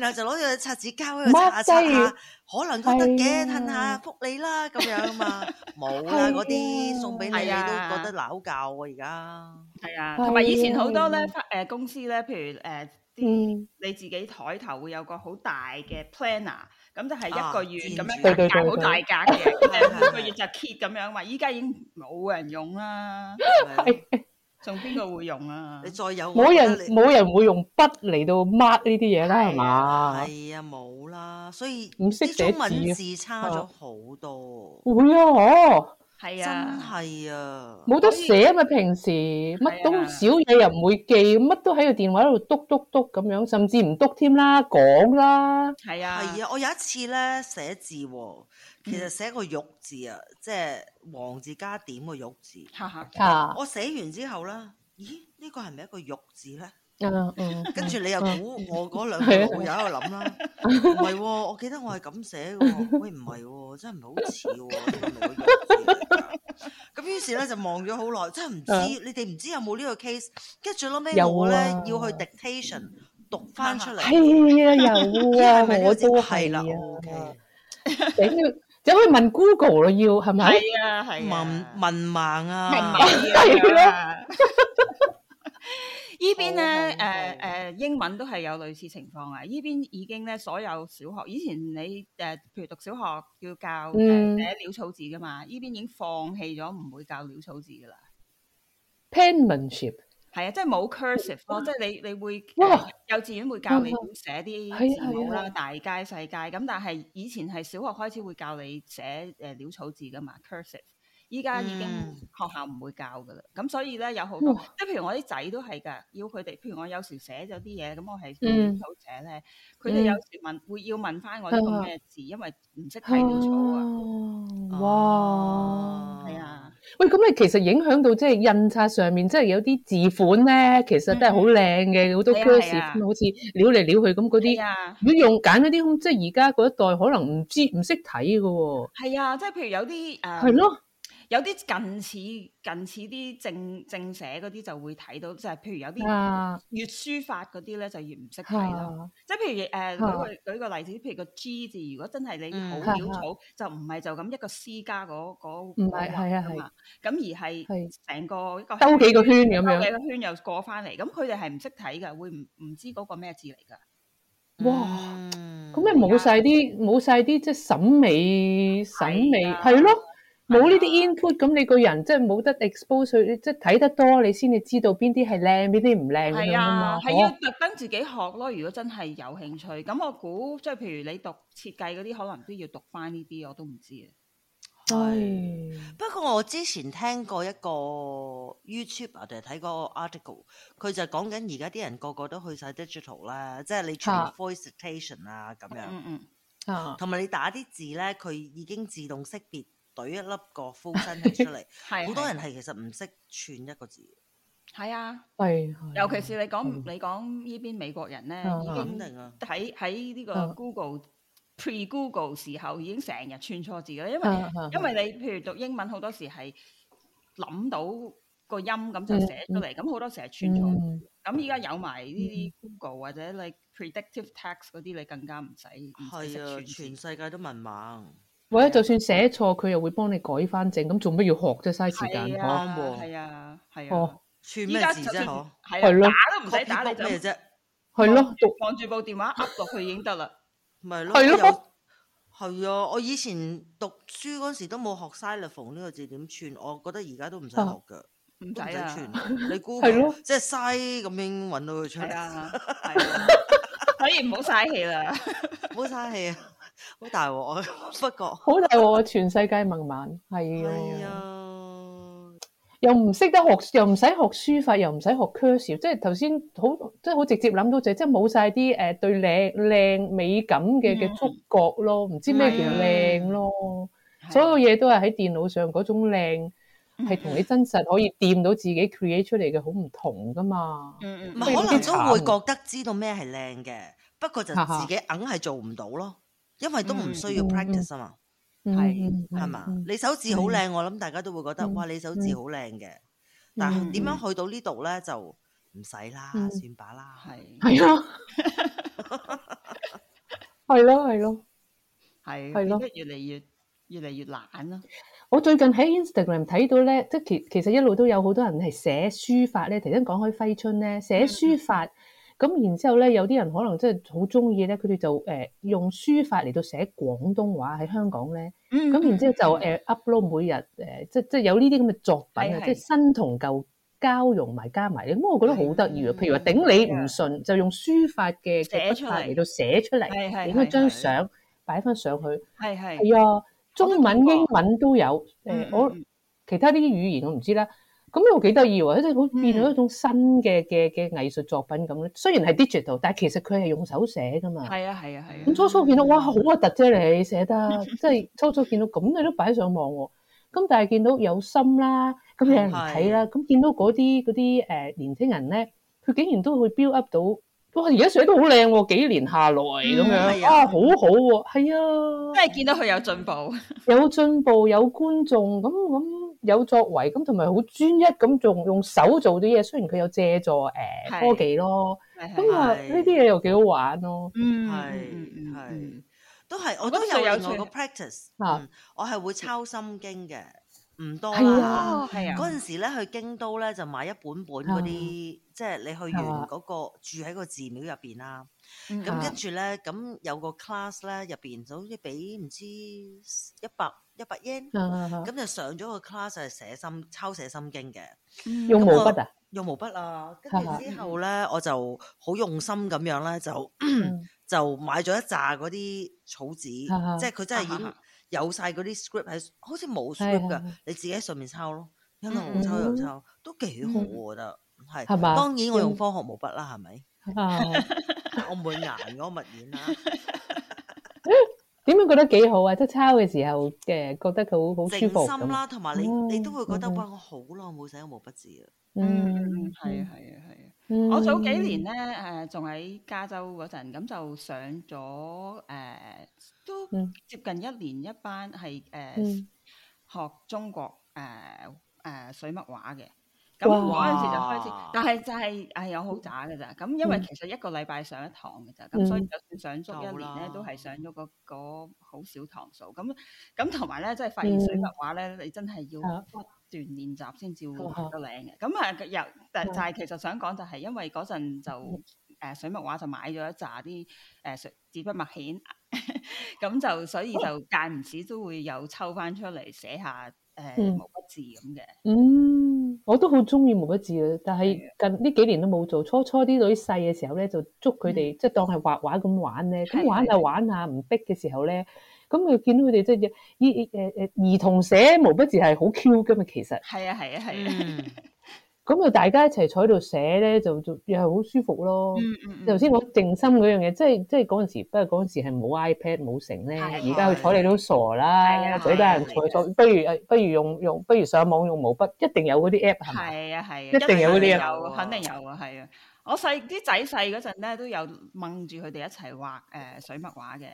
[SPEAKER 1] 然後就攞咗隻擦紙膠喺度擦下
[SPEAKER 3] Mark
[SPEAKER 1] 擦
[SPEAKER 3] 低
[SPEAKER 1] 下，可能都得嘅，褪
[SPEAKER 3] 係啊
[SPEAKER 1] 下福利啦咁樣啊嘛，冇啦
[SPEAKER 3] 係啊
[SPEAKER 1] 嗰啲送俾你，你
[SPEAKER 2] 係
[SPEAKER 1] 都
[SPEAKER 2] 啊
[SPEAKER 1] 覺得鬧教喎而家。
[SPEAKER 2] 係啊，同埋以前好多咧
[SPEAKER 3] 係
[SPEAKER 2] 誒公司咧，譬如誒啲。
[SPEAKER 3] 嗯，
[SPEAKER 2] 你自己台頭會有個好大嘅 planner，咁就係
[SPEAKER 1] 啊
[SPEAKER 2] 一個月
[SPEAKER 1] 箭
[SPEAKER 2] 咁
[SPEAKER 1] 住
[SPEAKER 2] 樣
[SPEAKER 3] 對對
[SPEAKER 2] 格
[SPEAKER 3] 對
[SPEAKER 2] 好
[SPEAKER 3] 對
[SPEAKER 2] 大 格嘅，
[SPEAKER 1] 係係係
[SPEAKER 2] 咁每個月就揭咁樣嘛。依家已經冇人用啦，
[SPEAKER 1] 係啊
[SPEAKER 2] 仲邊個會用啊
[SPEAKER 1] 你？再有
[SPEAKER 3] 冇人
[SPEAKER 1] 你
[SPEAKER 3] 冇人會用筆嚟到 mark 呢啲嘢啦，係嘛？
[SPEAKER 1] 係啊冇啦，所以
[SPEAKER 3] 唔識
[SPEAKER 1] 啲
[SPEAKER 3] 寫
[SPEAKER 1] 中文
[SPEAKER 3] 字
[SPEAKER 1] 字差咗好多，
[SPEAKER 3] 會啊，哦，
[SPEAKER 2] 係
[SPEAKER 1] 真
[SPEAKER 2] 啊，
[SPEAKER 1] 係啊。
[SPEAKER 3] 冇得寫啊嘛，平時乜都少嘢又唔會記，乜都喺個電話度篤篤篤咁樣，甚至唔篤添啦，講啦，
[SPEAKER 2] 係啊，
[SPEAKER 1] 係啊，我有一次咧寫字喎，其
[SPEAKER 3] 嗯
[SPEAKER 1] 實寫個玉字啊，即係王字加點個玉字。
[SPEAKER 2] 哈哈，
[SPEAKER 3] 啊，
[SPEAKER 1] 我寫完之後啦，咦？呢個係咪一個玉字咧？
[SPEAKER 3] 啊嗯，
[SPEAKER 1] 跟住你又
[SPEAKER 3] 嗯
[SPEAKER 1] 估我嗰兩個老友喺度諗啦，唔係喎，我記得我係咁寫嘅喎，喂唔係喎，真係唔係好似喎，呢個咪會弱智嚟㗎咁於是咧就望咗好耐，真係唔知你哋唔知有冇呢個 case，跟住攞尾
[SPEAKER 3] 啊有啊
[SPEAKER 1] 我咧要去 dictation 讀翻出嚟，
[SPEAKER 3] 係啊有啊，
[SPEAKER 1] 係咪呢個
[SPEAKER 3] 我
[SPEAKER 1] 先
[SPEAKER 3] 都
[SPEAKER 1] 係啦
[SPEAKER 3] 係啊
[SPEAKER 1] ，OK，，
[SPEAKER 3] 頂佢走去問 Google 咯，要係咪？
[SPEAKER 2] 系啊系
[SPEAKER 1] 文文盲啊，
[SPEAKER 2] 系啦。
[SPEAKER 1] 好恐怖
[SPEAKER 2] 依邊咧，誒誒英文都係有類似情況啊！依邊已經咧，所有小學以前你誒、譬如讀小學要教誒、
[SPEAKER 3] 嗯
[SPEAKER 2] 寫潦草字噶嘛，依邊已經放棄咗，唔會教潦草字噶啦。
[SPEAKER 3] penmanship
[SPEAKER 2] 係啊，即係冇 cursive 咯，即係你你會呃
[SPEAKER 3] 嗯哇
[SPEAKER 2] 幼稚園會教你點寫啲
[SPEAKER 3] 係
[SPEAKER 2] 字
[SPEAKER 3] 啊
[SPEAKER 2] 母
[SPEAKER 3] 係
[SPEAKER 2] 啦、
[SPEAKER 3] 啊
[SPEAKER 2] 大街細街咁，但係以前係小學開始會教你寫誒潦草字噶嘛，cursive。依家已經
[SPEAKER 1] 嗯
[SPEAKER 2] 學校唔會教噶啦，咁所以咧有好多
[SPEAKER 3] 哇，
[SPEAKER 2] 即係譬如我啲仔都係㗎，要佢哋，譬如我有時寫咗啲嘢，咁我係
[SPEAKER 3] 嗯
[SPEAKER 2] 潦草寫咧，佢哋有時問會要問翻我呢個
[SPEAKER 3] 係啊
[SPEAKER 2] 咩字，因為唔識睇潦草啊，
[SPEAKER 3] 啊，哇！
[SPEAKER 2] 係啊，
[SPEAKER 3] 喂，咁你其實影響到即係印刷上面，即係有啲字款咧，其實都係好靚嘅，好多
[SPEAKER 2] 係啊
[SPEAKER 3] c u r
[SPEAKER 2] 係啊
[SPEAKER 3] 好似撩嚟撩去咁
[SPEAKER 2] 係
[SPEAKER 3] 嗰啲。
[SPEAKER 2] 啊。
[SPEAKER 3] 如果用揀嗰啲咁，即係而家嗰一代可能唔知唔識睇嘅喎。
[SPEAKER 2] 係啊，即係譬如有啲誒，
[SPEAKER 3] 係咯，
[SPEAKER 2] 有啲近似近似啲正正寫嗰啲就會睇到，就係、譬如有啲
[SPEAKER 3] 啊
[SPEAKER 2] 越書法嗰啲咧就越唔識睇咯。
[SPEAKER 3] 啊
[SPEAKER 2] 即係譬如誒、呃
[SPEAKER 3] 啊
[SPEAKER 2] 舉個舉個例子，譬如個 G 字，如果真係你好
[SPEAKER 1] 嗯
[SPEAKER 2] 潦草，就唔係就咁一個 C 加嗰嗰嗰
[SPEAKER 3] 係係啊
[SPEAKER 2] 畫㗎嘛，咁而係
[SPEAKER 3] 係
[SPEAKER 2] 成個一個
[SPEAKER 3] 兜幾個圈咁
[SPEAKER 2] 兜
[SPEAKER 3] 樣。
[SPEAKER 2] 幾個圈又過翻嚟，咁佢哋係唔識睇㗎，會唔唔知嗰個咩字嚟㗎。
[SPEAKER 3] 哇！
[SPEAKER 1] 嗯
[SPEAKER 3] 咁咪冇晒啲冇晒啲即係審美審美
[SPEAKER 2] 係啊
[SPEAKER 3] 係咯，冇呢啲 input，咁你個人即係冇得 expose 佢，即係睇得多你先至知道邊啲係靚，邊啲唔靚咁
[SPEAKER 2] 係
[SPEAKER 3] 樣啊
[SPEAKER 2] 啊
[SPEAKER 3] 嘛，。
[SPEAKER 2] 係要
[SPEAKER 3] 哦
[SPEAKER 2] 特登自己學咯。如果真係有興趣，咁我估即係譬如你讀設計嗰啲，可能都要讀翻呢啲，我都唔知啊。啊
[SPEAKER 3] 係
[SPEAKER 1] 不過我之前聽過一個 YouTube 啊，定係睇過個 article，佢就講緊而家啲人個個都去晒 digital 啦，即係你全
[SPEAKER 3] 嚇
[SPEAKER 1] voice dictation 啊咁樣，
[SPEAKER 2] 嗯嗯，
[SPEAKER 3] 啊，
[SPEAKER 1] 同埋你打啲字咧，佢已經自動識別懟一粒個 full sentence 出嚟，
[SPEAKER 2] 係
[SPEAKER 1] 好多
[SPEAKER 2] 係
[SPEAKER 1] 人係其實唔識串一個字，
[SPEAKER 2] 係啊，
[SPEAKER 3] 係
[SPEAKER 2] 尤其是你講
[SPEAKER 3] 嗯
[SPEAKER 2] 你講呢邊美國人咧，
[SPEAKER 3] 啊
[SPEAKER 2] 已
[SPEAKER 1] 肯
[SPEAKER 2] 經
[SPEAKER 1] 定啊，
[SPEAKER 2] 喺喺呢個
[SPEAKER 3] 啊
[SPEAKER 2] Google pre Google 時候已經成日串錯字啦，因為
[SPEAKER 3] 啊啊
[SPEAKER 2] 因為你譬如讀英文好多時係諗到個音咁就寫出嚟，咁好多時係串錯。
[SPEAKER 3] 嗯
[SPEAKER 2] 咁依家有埋呢啲 Google 或者你 predictive text 嗰啲，你更加唔使唔使
[SPEAKER 1] 係啊，
[SPEAKER 2] 識
[SPEAKER 1] 全
[SPEAKER 2] 全
[SPEAKER 1] 世界都文盲，
[SPEAKER 3] 或者就算寫錯，佢又會幫你改翻正，咁做乜要學啫？嘥時間
[SPEAKER 2] 係
[SPEAKER 3] 嗬。
[SPEAKER 2] 啊，
[SPEAKER 1] 喎
[SPEAKER 2] 係啊，係啊
[SPEAKER 3] 哦。
[SPEAKER 1] 串
[SPEAKER 2] 依
[SPEAKER 1] 咩
[SPEAKER 2] 家
[SPEAKER 1] 字
[SPEAKER 2] 就
[SPEAKER 1] 啫？
[SPEAKER 2] 算
[SPEAKER 1] 嗬
[SPEAKER 2] 係
[SPEAKER 3] 係咯
[SPEAKER 2] 啊，打都唔使打你
[SPEAKER 1] ，copy
[SPEAKER 2] 就
[SPEAKER 1] book 咩啫？
[SPEAKER 3] 係咯，讀
[SPEAKER 2] 望住部電話噏落去已經得啦。
[SPEAKER 1] 咪係
[SPEAKER 3] 係咯
[SPEAKER 1] 咯，係啊！我以前讀書嗰時都冇學 xylophone 呢個字點串，我覺得而家都唔使學
[SPEAKER 3] 啊
[SPEAKER 1] 㗎，
[SPEAKER 2] 唔
[SPEAKER 1] 都
[SPEAKER 2] 使
[SPEAKER 1] 唔使
[SPEAKER 2] 啊
[SPEAKER 1] 串，。 你估
[SPEAKER 3] 係咯
[SPEAKER 1] 即係嘥咁樣揾到佢出
[SPEAKER 2] 係
[SPEAKER 1] 嚟，
[SPEAKER 2] 啊，係啊，所以唔好嘥氣啦。
[SPEAKER 1] 唔好嘥氣啊！ 好大鑊 啊！不過哎
[SPEAKER 3] 好大鑊啊！全世界文盲
[SPEAKER 1] 係
[SPEAKER 3] 係啊，
[SPEAKER 1] 啊，
[SPEAKER 3] 又唔識得學，又唔使學書法，又唔使學 cursive，即係頭先好即係好直接諗到就係即係冇晒啲誒對靚靚美感嘅嘅觸覺咯，唔知咩叫靚咯，所有嘢都係喺電腦上嗰種靚。係同你真實可以掂到自己 create 出嚟嘅好唔同噶嘛，
[SPEAKER 1] 唔
[SPEAKER 2] 嗯嗯，
[SPEAKER 1] 係
[SPEAKER 3] 係
[SPEAKER 1] 可能都會
[SPEAKER 3] 有啲
[SPEAKER 1] 覺得知道咩係靚嘅，不過就
[SPEAKER 3] 哈哈
[SPEAKER 1] 自己硬係做唔到咯，因為都唔
[SPEAKER 2] 嗯
[SPEAKER 1] 需要
[SPEAKER 3] 嗯
[SPEAKER 1] practice 啊嘛，
[SPEAKER 2] 係
[SPEAKER 3] 嗯
[SPEAKER 1] 係嘛？
[SPEAKER 3] 嗯
[SPEAKER 1] 你手字好靚，我諗大家都會覺得
[SPEAKER 3] 嗯
[SPEAKER 1] 哇，你手字好靚嘅，但係點樣去到呢度咧就唔使啦，
[SPEAKER 3] 嗯
[SPEAKER 1] 算把啦。
[SPEAKER 2] 係
[SPEAKER 3] 係啊， 係咯係咯。
[SPEAKER 2] 係
[SPEAKER 3] 係咯
[SPEAKER 2] 變得越嚟越越嚟越懶咯。
[SPEAKER 3] 我最近喺 Instagram 睇到咧，即係其其實一路都有好多人係寫書法咧。頭先講開揮春咧，寫書法咁，然之後咧有啲人可能真係好中意咧，佢哋就誒、呃用書法嚟到寫廣東話喺香港咧。
[SPEAKER 2] 嗯
[SPEAKER 3] 咁然之後就誒 upload 每日誒、呃即即係有呢啲咁嘅作品
[SPEAKER 2] 係
[SPEAKER 3] 啊，
[SPEAKER 2] 係
[SPEAKER 3] 即係新同舊交融埋加埋咧。咁我覺得好得意啊！譬如話頂你唔順，就用書法嘅嘅
[SPEAKER 2] 嗯寫
[SPEAKER 3] 筆
[SPEAKER 2] 出
[SPEAKER 3] 法
[SPEAKER 2] 嚟
[SPEAKER 3] 嚟到寫出
[SPEAKER 2] 係係
[SPEAKER 3] 嚟，影一
[SPEAKER 2] 係
[SPEAKER 3] 張
[SPEAKER 2] 係
[SPEAKER 3] 相擺翻上去。
[SPEAKER 2] 係係
[SPEAKER 3] 係啊，中文、
[SPEAKER 2] 見過
[SPEAKER 3] 英文都有。誒
[SPEAKER 2] 嗯，
[SPEAKER 3] 我
[SPEAKER 2] 嗯
[SPEAKER 3] 其他啲語言我唔知啦。咁又幾得意喎，即係好
[SPEAKER 2] 嗯
[SPEAKER 3] 變咗一種新嘅嘅嘅藝術作品咁咧。雖然係 digital，但係其實佢係用手寫噶嘛。
[SPEAKER 2] 係啊係啊係
[SPEAKER 3] 咁
[SPEAKER 2] 啊，
[SPEAKER 3] 初初見到哇，好核突啫！你 寫得即係初初見到咁，你都擺上網喎。咁但係見到有心啦，咁有人睇啦，咁見到嗰啲嗰啲誒年青人咧，佢竟然都會 build up 到，哇！而家水都好靚喎，幾年下來咁樣、
[SPEAKER 1] 係啊
[SPEAKER 3] 啊，好好喎、係啊，
[SPEAKER 2] 真係見到佢有進步。
[SPEAKER 3] 有進步，有觀眾，咁咁有作為，咁同埋好專一咁用用手做啲嘢。雖然佢有借助誒、
[SPEAKER 2] 係
[SPEAKER 3] 科技咯，
[SPEAKER 2] 係
[SPEAKER 3] 咁
[SPEAKER 2] 係
[SPEAKER 3] 啊
[SPEAKER 1] 係
[SPEAKER 3] 呢啲嘢又幾好玩咯。
[SPEAKER 2] 嗯
[SPEAKER 1] 係
[SPEAKER 2] 嗯嗯嗯嗯
[SPEAKER 1] 係都係我
[SPEAKER 2] 咁
[SPEAKER 1] 都
[SPEAKER 2] 最
[SPEAKER 1] 有
[SPEAKER 2] 有
[SPEAKER 1] 另外
[SPEAKER 2] 趣
[SPEAKER 1] 個 practice，
[SPEAKER 3] 啊
[SPEAKER 1] 嗯我係會抄心經嘅，唔多
[SPEAKER 3] 係
[SPEAKER 1] 啦
[SPEAKER 3] 啊。
[SPEAKER 2] 哦，係
[SPEAKER 1] 嗰
[SPEAKER 2] 啊，
[SPEAKER 1] 陣時咧去京都咧就買一本本嗰啲，即係你去完
[SPEAKER 3] 啊
[SPEAKER 1] 嗰、個住喺個寺廟入邊啦。
[SPEAKER 2] 嗯
[SPEAKER 1] 咁
[SPEAKER 3] 啊
[SPEAKER 1] 跟住咧，咁有個 class 咧入邊，就好似俾唔知一百一百 yen，
[SPEAKER 3] 啊
[SPEAKER 1] 咁就上咗個 class 係寫心抄寫心經嘅，
[SPEAKER 3] 用毛筆啊，
[SPEAKER 1] 用毛筆啊。跟住之後咧，我就好用心咁樣咧，就
[SPEAKER 3] 嗯
[SPEAKER 1] 就買咗一扎嗰啲草紙，
[SPEAKER 3] 啊啊
[SPEAKER 1] 即係佢真係已
[SPEAKER 2] 啊啊
[SPEAKER 1] 經
[SPEAKER 2] 啊
[SPEAKER 1] 有晒嗰啲 script 喺，好似冇
[SPEAKER 3] 係
[SPEAKER 1] script 啊
[SPEAKER 3] 係
[SPEAKER 1] 噶
[SPEAKER 3] 係，
[SPEAKER 1] 你自己喺上面抄咯，一路
[SPEAKER 2] 嗯
[SPEAKER 1] 抄又
[SPEAKER 3] 嗯
[SPEAKER 1] 抄，都幾好我覺得。係，
[SPEAKER 3] 係嘛
[SPEAKER 1] 當然我用
[SPEAKER 3] 用
[SPEAKER 1] 科學毛筆啦，係咪？
[SPEAKER 3] 啊，
[SPEAKER 1] 我唔會顏嗰個物件啦。
[SPEAKER 3] 點樣覺得幾好啊？即係抄嘅時候嘅覺得佢好 好
[SPEAKER 1] 靜
[SPEAKER 3] 舒服
[SPEAKER 1] 心
[SPEAKER 3] 咁啊。
[SPEAKER 1] 啦，同埋你
[SPEAKER 3] 嗯
[SPEAKER 1] 你都會覺得
[SPEAKER 3] 嗯
[SPEAKER 1] 哇，我好耐冇寫過毛筆字啦。
[SPEAKER 2] 嗯，係啊，係啊，係啊。
[SPEAKER 3] 嗯
[SPEAKER 2] 我早幾年咧，誒、仲喺加州嗰陣，咁就上咗誒、都
[SPEAKER 3] 嗯
[SPEAKER 2] 接近一年一班係誒、
[SPEAKER 3] 嗯
[SPEAKER 2] 學中國誒誒水墨畫嘅。咁
[SPEAKER 3] 哇
[SPEAKER 2] 嗰陣時就開始，但係就係係我好渣嘅咋。咁因為其實一個禮拜上一堂嘅咋，咁、
[SPEAKER 3] 嗯
[SPEAKER 2] 所以就算上足一年咧
[SPEAKER 1] 夠啦，
[SPEAKER 2] 都係上咗個嗰好少堂數。咁咁同埋咧，即係發現水墨畫咧，你真係要
[SPEAKER 3] 嗯啊
[SPEAKER 2] 不斷練習先至會
[SPEAKER 3] 啊
[SPEAKER 2] 畫得靚嘅。咁啊，又但就係其實想講就係因為嗰陣就誒、水墨畫就買咗一紮啲誒水紙筆墨硯， 咁就所以就間唔時都會有抽翻出嚟寫下誒
[SPEAKER 3] 嗯
[SPEAKER 2] 毛筆字咁嘅。
[SPEAKER 3] 嗯，我都好中意毛筆字嘅，但係近呢幾年都冇做。初初啲女細嘅時候咧，就捉佢哋即係當係畫畫咁玩咧。
[SPEAKER 2] 嗯係
[SPEAKER 3] 咁
[SPEAKER 2] 係
[SPEAKER 3] 玩下
[SPEAKER 2] 係
[SPEAKER 3] 玩下唔逼嘅時候咧，咁佢見到佢哋即係依誒誒兒童寫毛筆字係好 Q 噶嘛，其實
[SPEAKER 2] 係啊係啊係啊，
[SPEAKER 1] 嗯，
[SPEAKER 3] 咁啊大家一齊坐喺度寫咧，就就又係好舒服咯。
[SPEAKER 2] 嗯嗯
[SPEAKER 3] 頭先講靜心嗰樣嘢，即係即係嗰陣時，不過嗰陣時係冇 iPad 冇成咧，
[SPEAKER 2] 係
[SPEAKER 3] 而家佢睬你都傻啦，
[SPEAKER 2] 係啊
[SPEAKER 3] 最多人睬
[SPEAKER 2] 係啊
[SPEAKER 3] 錯，不如誒不如用用不如上網用毛筆，一定有嗰啲 app 係咪？
[SPEAKER 2] 係啊係啊，
[SPEAKER 3] 一定有嗰啲
[SPEAKER 1] 啊
[SPEAKER 2] 有，肯定有啊，係啊。我細啲仔細嗰陣咧，都有掹住佢哋一齊畫誒水墨畫嘅。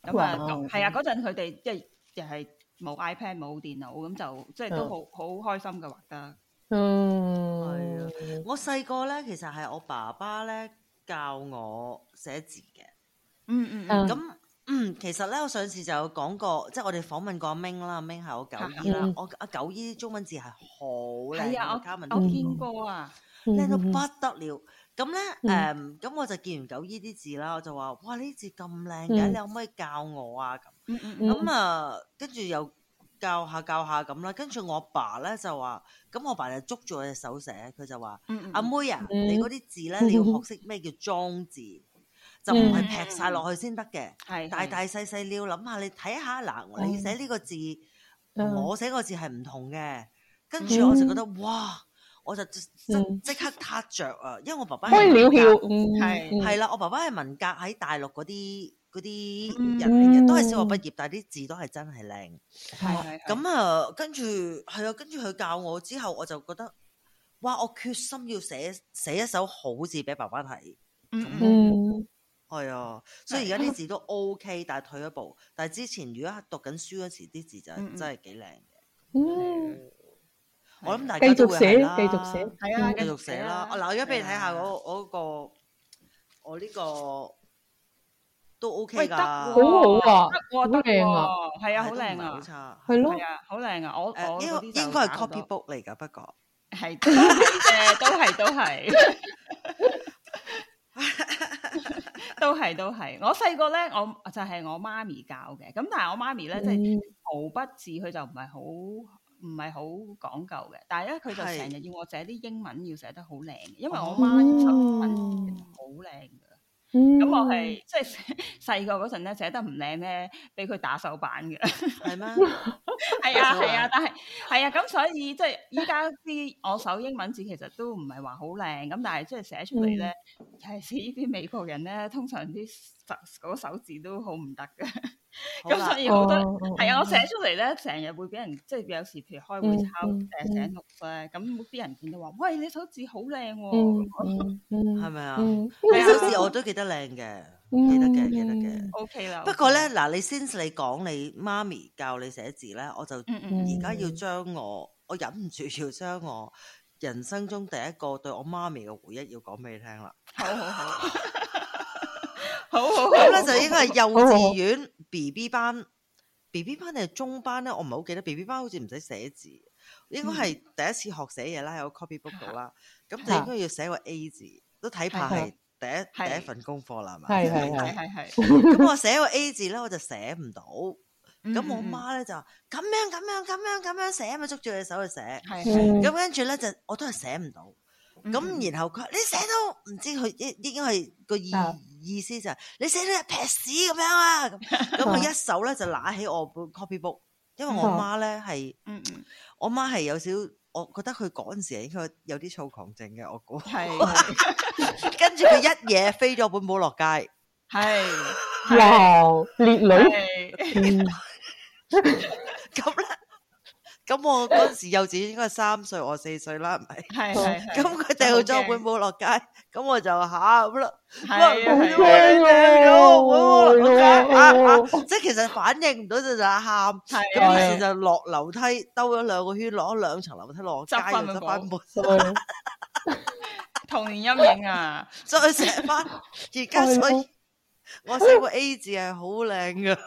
[SPEAKER 2] 咁啊，
[SPEAKER 3] 哇
[SPEAKER 2] 咁係啊，嗰陣佢哋即係又係冇 iPad 冇電腦，咁就即係都好好開心嘅畫得。
[SPEAKER 3] 嗯，
[SPEAKER 1] 我細個咧，其實係我爸爸咧教我寫字嘅。
[SPEAKER 2] 嗯嗯
[SPEAKER 3] 嗯
[SPEAKER 1] 咁嗯，其實咧，我上次就有講過，即係我哋訪問過阿 Ming 啦，阿 Ming 係我九姨啦
[SPEAKER 3] 嗯，
[SPEAKER 1] 我阿九姨啲中文字係好靚
[SPEAKER 2] 係啊，
[SPEAKER 1] 嘅，嘉文
[SPEAKER 2] 我我見過啊，
[SPEAKER 1] 靚到
[SPEAKER 3] 嗯
[SPEAKER 1] 不得了。咁咧，誒，咁我就見完九姨啲字啦，我就話：哇，呢啲字咁靚嘅，
[SPEAKER 3] 嗯
[SPEAKER 1] 你可唔可以教我啊？咁
[SPEAKER 2] 嗯嗯嗯，
[SPEAKER 3] 嗯
[SPEAKER 1] 咁啊，跟住又教下教下咁啦，跟住我爸咧就話，咁我爸就捉住我隻手寫，佢就話：
[SPEAKER 2] 嗯
[SPEAKER 1] 阿妹啊，
[SPEAKER 3] 嗯
[SPEAKER 1] 你嗰啲字咧，你要學識咩叫裝字，就唔係劈晒落去先得嘅。
[SPEAKER 2] 係
[SPEAKER 1] 大
[SPEAKER 2] 係
[SPEAKER 1] 大細細你要諗下，你睇下嗱，你寫呢個字，
[SPEAKER 3] 嗯
[SPEAKER 1] 我寫個字係唔同嘅。跟住我就覺得哇，我就即
[SPEAKER 3] 嗯
[SPEAKER 1] 即刻撻着啊，因為我爸爸係
[SPEAKER 3] 開了
[SPEAKER 1] 文革
[SPEAKER 3] 竅，嗯，
[SPEAKER 2] 係
[SPEAKER 3] 嗯
[SPEAKER 1] 係啦，我爸爸係文革喺大陸嗰啲嗰啲
[SPEAKER 2] 嗯
[SPEAKER 1] 人嚟嘅，都係小學畢業，但係啲字都係真係靚。
[SPEAKER 2] 係係
[SPEAKER 1] 咁啊，跟住係啊，跟住佢教我之後，我就覺得哇，我決心要寫寫一手好字俾爸爸睇。
[SPEAKER 3] 嗯
[SPEAKER 1] 係啊，
[SPEAKER 2] 嗯
[SPEAKER 1] 所以而家啲字都 OK，但係退一步。但係之前如果讀緊書嗰時，啲字就
[SPEAKER 2] 嗯嗯
[SPEAKER 1] 真係幾靚嘅。
[SPEAKER 3] 嗯，
[SPEAKER 1] 我諗
[SPEAKER 2] 啊
[SPEAKER 1] 大
[SPEAKER 3] 繼
[SPEAKER 1] 家都
[SPEAKER 3] 續
[SPEAKER 1] 會
[SPEAKER 3] 寫
[SPEAKER 1] 係啦，
[SPEAKER 3] 繼續寫，
[SPEAKER 2] 係啊，
[SPEAKER 1] 繼續寫啦。嗱，而家俾你睇下我我嗰個我呢個都 OK
[SPEAKER 2] 喂得
[SPEAKER 1] 㗎，
[SPEAKER 2] 喎
[SPEAKER 3] 好好啊，
[SPEAKER 2] 哇，
[SPEAKER 3] 好靚啊，
[SPEAKER 2] 係啊，好
[SPEAKER 1] 係都
[SPEAKER 2] 靚
[SPEAKER 1] 唔係好
[SPEAKER 2] 啊，
[SPEAKER 1] 差。
[SPEAKER 3] 係咯
[SPEAKER 2] 係，啊，好靚啊，我我
[SPEAKER 1] 誒，應該
[SPEAKER 2] 嗰啲就
[SPEAKER 1] 應該係
[SPEAKER 2] 搞好多
[SPEAKER 1] copy book 嚟㗎，不 過
[SPEAKER 2] 係都係嘅，都係都係，都係都係。我細個咧，我就係我媽咪教嘅。咁但係我媽咪咧，即係
[SPEAKER 3] 嗯
[SPEAKER 2] 毛筆字，佢就唔係好唔係好講究嘅。但係咧，佢就
[SPEAKER 1] 係
[SPEAKER 2] 成日要我寫啲英文要寫得好靚嘅，因為
[SPEAKER 1] 哦
[SPEAKER 2] 我媽啲手文好靚嘅。咁我係即係 細個嗰陣咧，寫得唔靚咧，俾佢打手板嘅。
[SPEAKER 1] 係咩？
[SPEAKER 2] 係啊，
[SPEAKER 1] 好啊
[SPEAKER 2] 係啊，但係係啊，咁所以即係依家啲我手英文字其實都唔係話好靚，咁但係即係寫出嚟咧，尤其是呢啲美國人咧，通常啲手嗰手字都好唔得嘅。
[SPEAKER 1] 好
[SPEAKER 2] 咁
[SPEAKER 1] 啦
[SPEAKER 2] 所，以我覺得
[SPEAKER 3] 哦
[SPEAKER 2] 係啊，我寫出嚟咧，成日會俾人即係有時譬如開會抄
[SPEAKER 3] 嗯
[SPEAKER 2] 誒寫 note 咧，咁啲人見到話：喂，你手字好靚
[SPEAKER 3] 嗯
[SPEAKER 2] 喎
[SPEAKER 3] 嗯嗯，
[SPEAKER 1] 係咪啊？
[SPEAKER 3] 嗯
[SPEAKER 1] 你手字我都記得靚嘅，記得嘅，記得嘅。
[SPEAKER 2] 嗯，OK 啦。
[SPEAKER 1] 不過咧，，嗱，你先你講你媽咪教你寫字咧，我就
[SPEAKER 2] 嗯嗯
[SPEAKER 1] 而家要將我，我忍唔住要將我人生中第一個對我媽咪嘅回憶要講俾你聽啦。
[SPEAKER 2] 好好好，好好
[SPEAKER 1] 咁
[SPEAKER 2] 好
[SPEAKER 1] 咧就應該係幼
[SPEAKER 3] 好好
[SPEAKER 1] 稚
[SPEAKER 3] 好
[SPEAKER 1] 園 B B 班，B B 班定係中班咧？我唔係好記得。B B 班好似唔使寫字，應該係第一次學寫嘢啦，喺個 copy book 度啦。咁就應該要寫個 A 字，都睇怕係第一
[SPEAKER 2] 係
[SPEAKER 1] 第一份功課啦，係
[SPEAKER 3] 係
[SPEAKER 1] 咪？
[SPEAKER 3] 係
[SPEAKER 2] 係係係，
[SPEAKER 1] 咁我寫個 A 字咧，我就寫唔到。咁我
[SPEAKER 2] 嗯嗯
[SPEAKER 1] 媽咧就話咁樣咁樣咁樣咁樣寫，咪捉住你手去寫。
[SPEAKER 2] 係係
[SPEAKER 3] 嗯
[SPEAKER 1] 咁跟住咧就我都係寫唔到。咁、然後佢話你寫到唔知佢應應該係個意
[SPEAKER 3] 啊
[SPEAKER 1] 意思就係、你寫到一撇屎咁樣啊！咁 咁佢一手咧就揦起我本 copy book，因為我
[SPEAKER 3] 啊
[SPEAKER 1] 媽咧係
[SPEAKER 2] 嗯嗯
[SPEAKER 1] 我媽係有少，我覺得佢嗰陣時係應該有啲躁狂症嘅，我估。
[SPEAKER 2] 係
[SPEAKER 1] 跟住佢一嘢飛咗本簿落街，
[SPEAKER 2] 係
[SPEAKER 3] 哇，烈女，
[SPEAKER 2] 係
[SPEAKER 3] 嗯
[SPEAKER 1] 咁咧，咁我嗰陣時幼稚園應該係三歲，我四歲啦，唔係。
[SPEAKER 2] 係 係，
[SPEAKER 1] 咁佢掉咗本簿落街，咁我就喊啦。à?
[SPEAKER 2] 係啊
[SPEAKER 3] 好
[SPEAKER 2] 係啊
[SPEAKER 3] 驚啊，係咯，
[SPEAKER 1] 即係其實反應唔到就就喊，
[SPEAKER 2] 係啊，
[SPEAKER 1] 咁於是就落樓梯兜咗兩個圈，攞咗兩層樓梯落街，
[SPEAKER 2] 執返本
[SPEAKER 1] 執翻本，
[SPEAKER 3] 係
[SPEAKER 2] 童年陰影啊！
[SPEAKER 1] 再寫翻。而家
[SPEAKER 3] 係
[SPEAKER 1] 所
[SPEAKER 3] 咯
[SPEAKER 1] 以我寫個 A 字係好靚噶，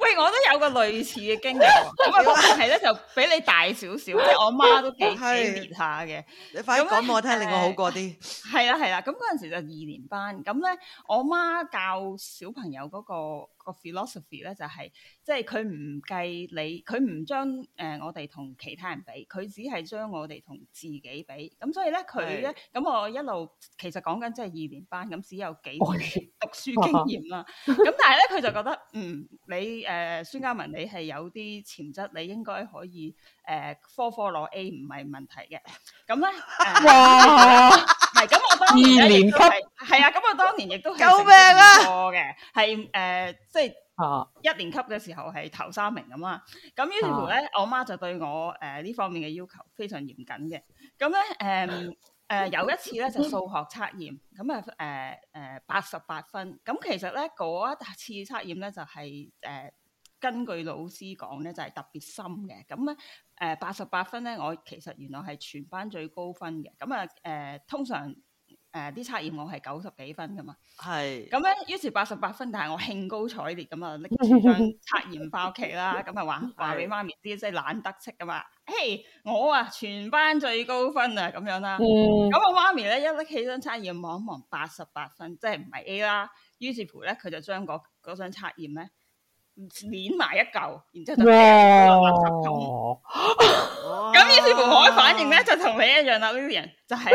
[SPEAKER 2] 喂，我都有個類似嘅經歷喎，咁啊，不過係咧就比你大少少，即係我媽都幾
[SPEAKER 1] 係
[SPEAKER 2] 幾烈下嘅，
[SPEAKER 1] 你快啲
[SPEAKER 2] 咁咧
[SPEAKER 1] 講俾我聽，令我好過啲。
[SPEAKER 2] 係啦係啦，咁嗰陣時就二年班，咁咧我媽教小朋友嗰、個、個 philosophy 咧就係、即係佢唔計你，佢唔將誒、呃我哋同其他人比，佢只係將我哋同自己比，咁所以咧佢咧，咁我一路其實講緊即係二年班，咁只有幾
[SPEAKER 3] 哦
[SPEAKER 2] 年嘅讀書經驗啦。咁但係咧，佢就覺得嗯，你誒、呃、孫嘉文你係有啲潛質，你應該可以誒、呃科科攞 A 唔係問題嘅。咁呃咧誒，
[SPEAKER 3] 哇，
[SPEAKER 2] 唔係咁我當年
[SPEAKER 3] 二
[SPEAKER 2] 咧
[SPEAKER 3] 年
[SPEAKER 2] 亦
[SPEAKER 3] 級
[SPEAKER 2] 都係係啊，咁我當年亦都係
[SPEAKER 1] 救命啊
[SPEAKER 2] 錯嘅，係誒、呃即係。
[SPEAKER 3] 啊，
[SPEAKER 2] 一年級嘅時候係頭三名咁啦，咁於是乎咧，我媽就對我誒呢、方面嘅要求非常嚴謹嘅。咁咧誒誒有一次咧就數學測驗，咁啊誒誒八十八分。咁其實咧嗰一次測驗咧就係、誒、根據老師講咧就係、特別深嘅。咁咧誒八十八分咧，我其實原來係全班最高分嘅。咁啊誒通常呃誒啲、測驗我係九十幾分噶嘛。
[SPEAKER 1] 係
[SPEAKER 2] 咁咧，於是八十八分，但係我興高采烈咁啊，拎住張測驗翻屋企啦，咁啊話話俾媽咪知，即係懶得戚啊嘛。嘿，我啊全班最高分啊，咁樣啦。
[SPEAKER 3] 嗯
[SPEAKER 2] 咁我媽咪咧一拎起張測驗望一望，八十八分，即係唔係 A 啦。於是乎咧，佢就將嗰嗰張測驗咧攣埋一嚿，然之後就
[SPEAKER 3] 哇，
[SPEAKER 2] 咁於是乎我嘅反應咧就同你一樣啦，Lilian 就係喊，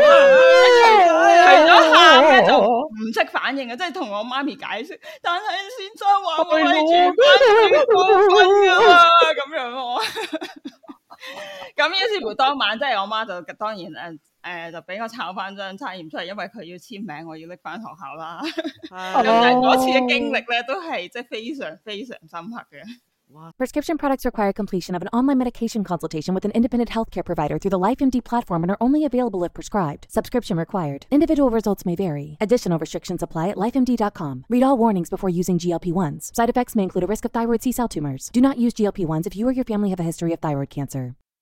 [SPEAKER 2] 除咗喊咧就唔識反應嘅，啊即係同我媽咪解釋。但係先生話
[SPEAKER 3] 哎
[SPEAKER 2] 我係全班最高分噶啦，咁樣我。咁於是乎當晚即係我媽就當然誒誒、呃就俾我抄翻張測驗出嚟，因為佢要簽名，我要拎翻學校啦。咁
[SPEAKER 1] 係
[SPEAKER 3] 咁
[SPEAKER 2] 但係嗰次嘅經歷咧，都係即係非常非常深刻嘅。
[SPEAKER 4] Prescription products require completion of an online medication consultation with an independent healthcare provider through the LifeMD platform and are only available if prescribed. Subscription required. Individual results may vary. Additional restrictions apply at lifemd.com. Read all warnings before using GLP 1s. Side effects may include a risk of thyroid C cell tumors. Do not use GLP 1s if you or your family have a history of thyroid cancer.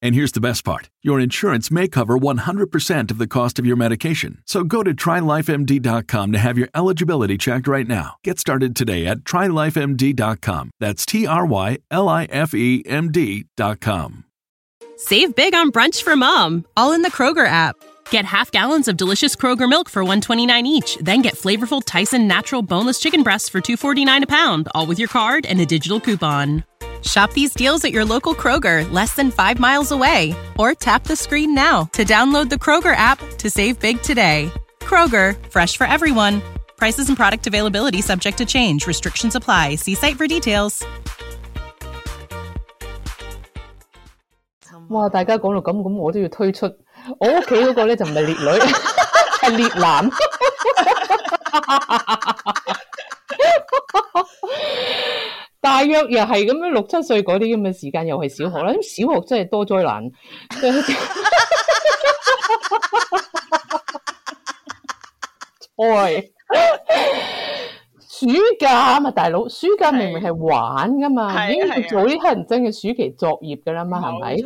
[SPEAKER 5] And here's the best part your insurance may cover 100% of the cost of your medication. So go to trylifemd.com to have your eligibility checked right now. Get started today at trylifemd.com. That's T R Y L I F E M D.com.
[SPEAKER 6] Save big on brunch for mom, all in the Kroger app. Get half gallons of delicious Kroger milk for 129 each, then get flavorful Tyson natural boneless chicken breasts for 249 a pound, all with your card and a digital coupon. Shop these deals at your local Kroger, less than 5 miles away, or tap the screen now to download the Kroger app to save big today. Kroger, fresh for everyone. Prices and product availability subject to change. Restrictions apply. See site for details.
[SPEAKER 3] 哇！大家講到咁，咁我都要推出。 我屋企嗰個咧就唔係烈女， 係烈男。 大約又係咁樣六七歲嗰啲咁嘅時間，又係小學
[SPEAKER 2] 啊
[SPEAKER 3] 啦。咁小學真係多災難。 愛暑假啊嘛，大佬，暑假明明係玩噶嘛，
[SPEAKER 2] 係啊
[SPEAKER 3] 已經要做啲乞人憎嘅暑期作業噶啦嘛，係咪？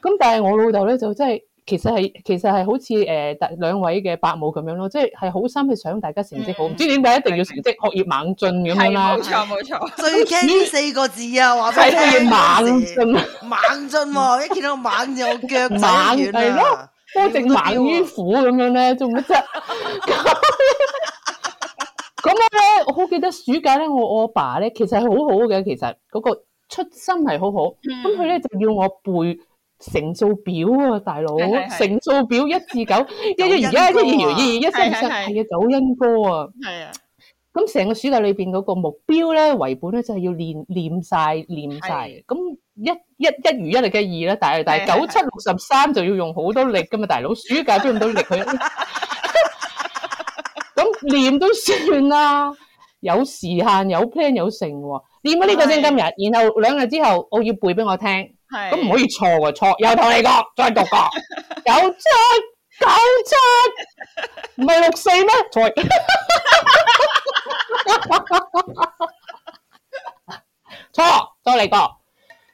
[SPEAKER 3] 咁但係我老豆咧就真係，其實係其實係好似誒大兩位嘅伯母咁樣咯，即係係好心係想大家成績好，唔知點解一定要成績學業猛進咁樣啦。
[SPEAKER 2] 嗯冇錯。
[SPEAKER 1] 最驚呢四個字啊！話俾
[SPEAKER 3] 係
[SPEAKER 1] 你聽，
[SPEAKER 3] 係猛進啊！
[SPEAKER 1] 猛進喎！一見到猛字，我腳仔
[SPEAKER 3] 猛
[SPEAKER 1] 軟
[SPEAKER 3] 係
[SPEAKER 1] 啊
[SPEAKER 3] 咯！，多直猛於虎咁樣咧，做乜啫？ 咁樣咧，我好記得暑假咧，我我阿爸咧其實係好好嘅，其實嗰個出心係好好。
[SPEAKER 2] 嗯
[SPEAKER 3] 咁佢咧就要我背乘數表啊，大佬
[SPEAKER 2] 係係係
[SPEAKER 3] 乘數表一 至九，一一而家，一二而一，一三而
[SPEAKER 2] 係係
[SPEAKER 3] 四，
[SPEAKER 2] 係
[SPEAKER 3] 係啊，九因歌啊。
[SPEAKER 2] 係啊，
[SPEAKER 3] 咁成個暑假裏邊嗰個目標咧，為本咧就係要練練晒練晒。咁一一一如一力嘅二啦，但係但係
[SPEAKER 2] 係係
[SPEAKER 3] 九七六十三就要用好多力噶嘛，大佬暑假邊有咁多力佢？咁練都算啦，有時限有 plan 有成喎。練咗呢個先今日，然後兩日之後我要背俾我聽，
[SPEAKER 2] 係
[SPEAKER 3] 咁唔可以錯喎，錯由頭嚟過，再讀過，九七九七，唔係六四咩？錯。 錯，再嚟過。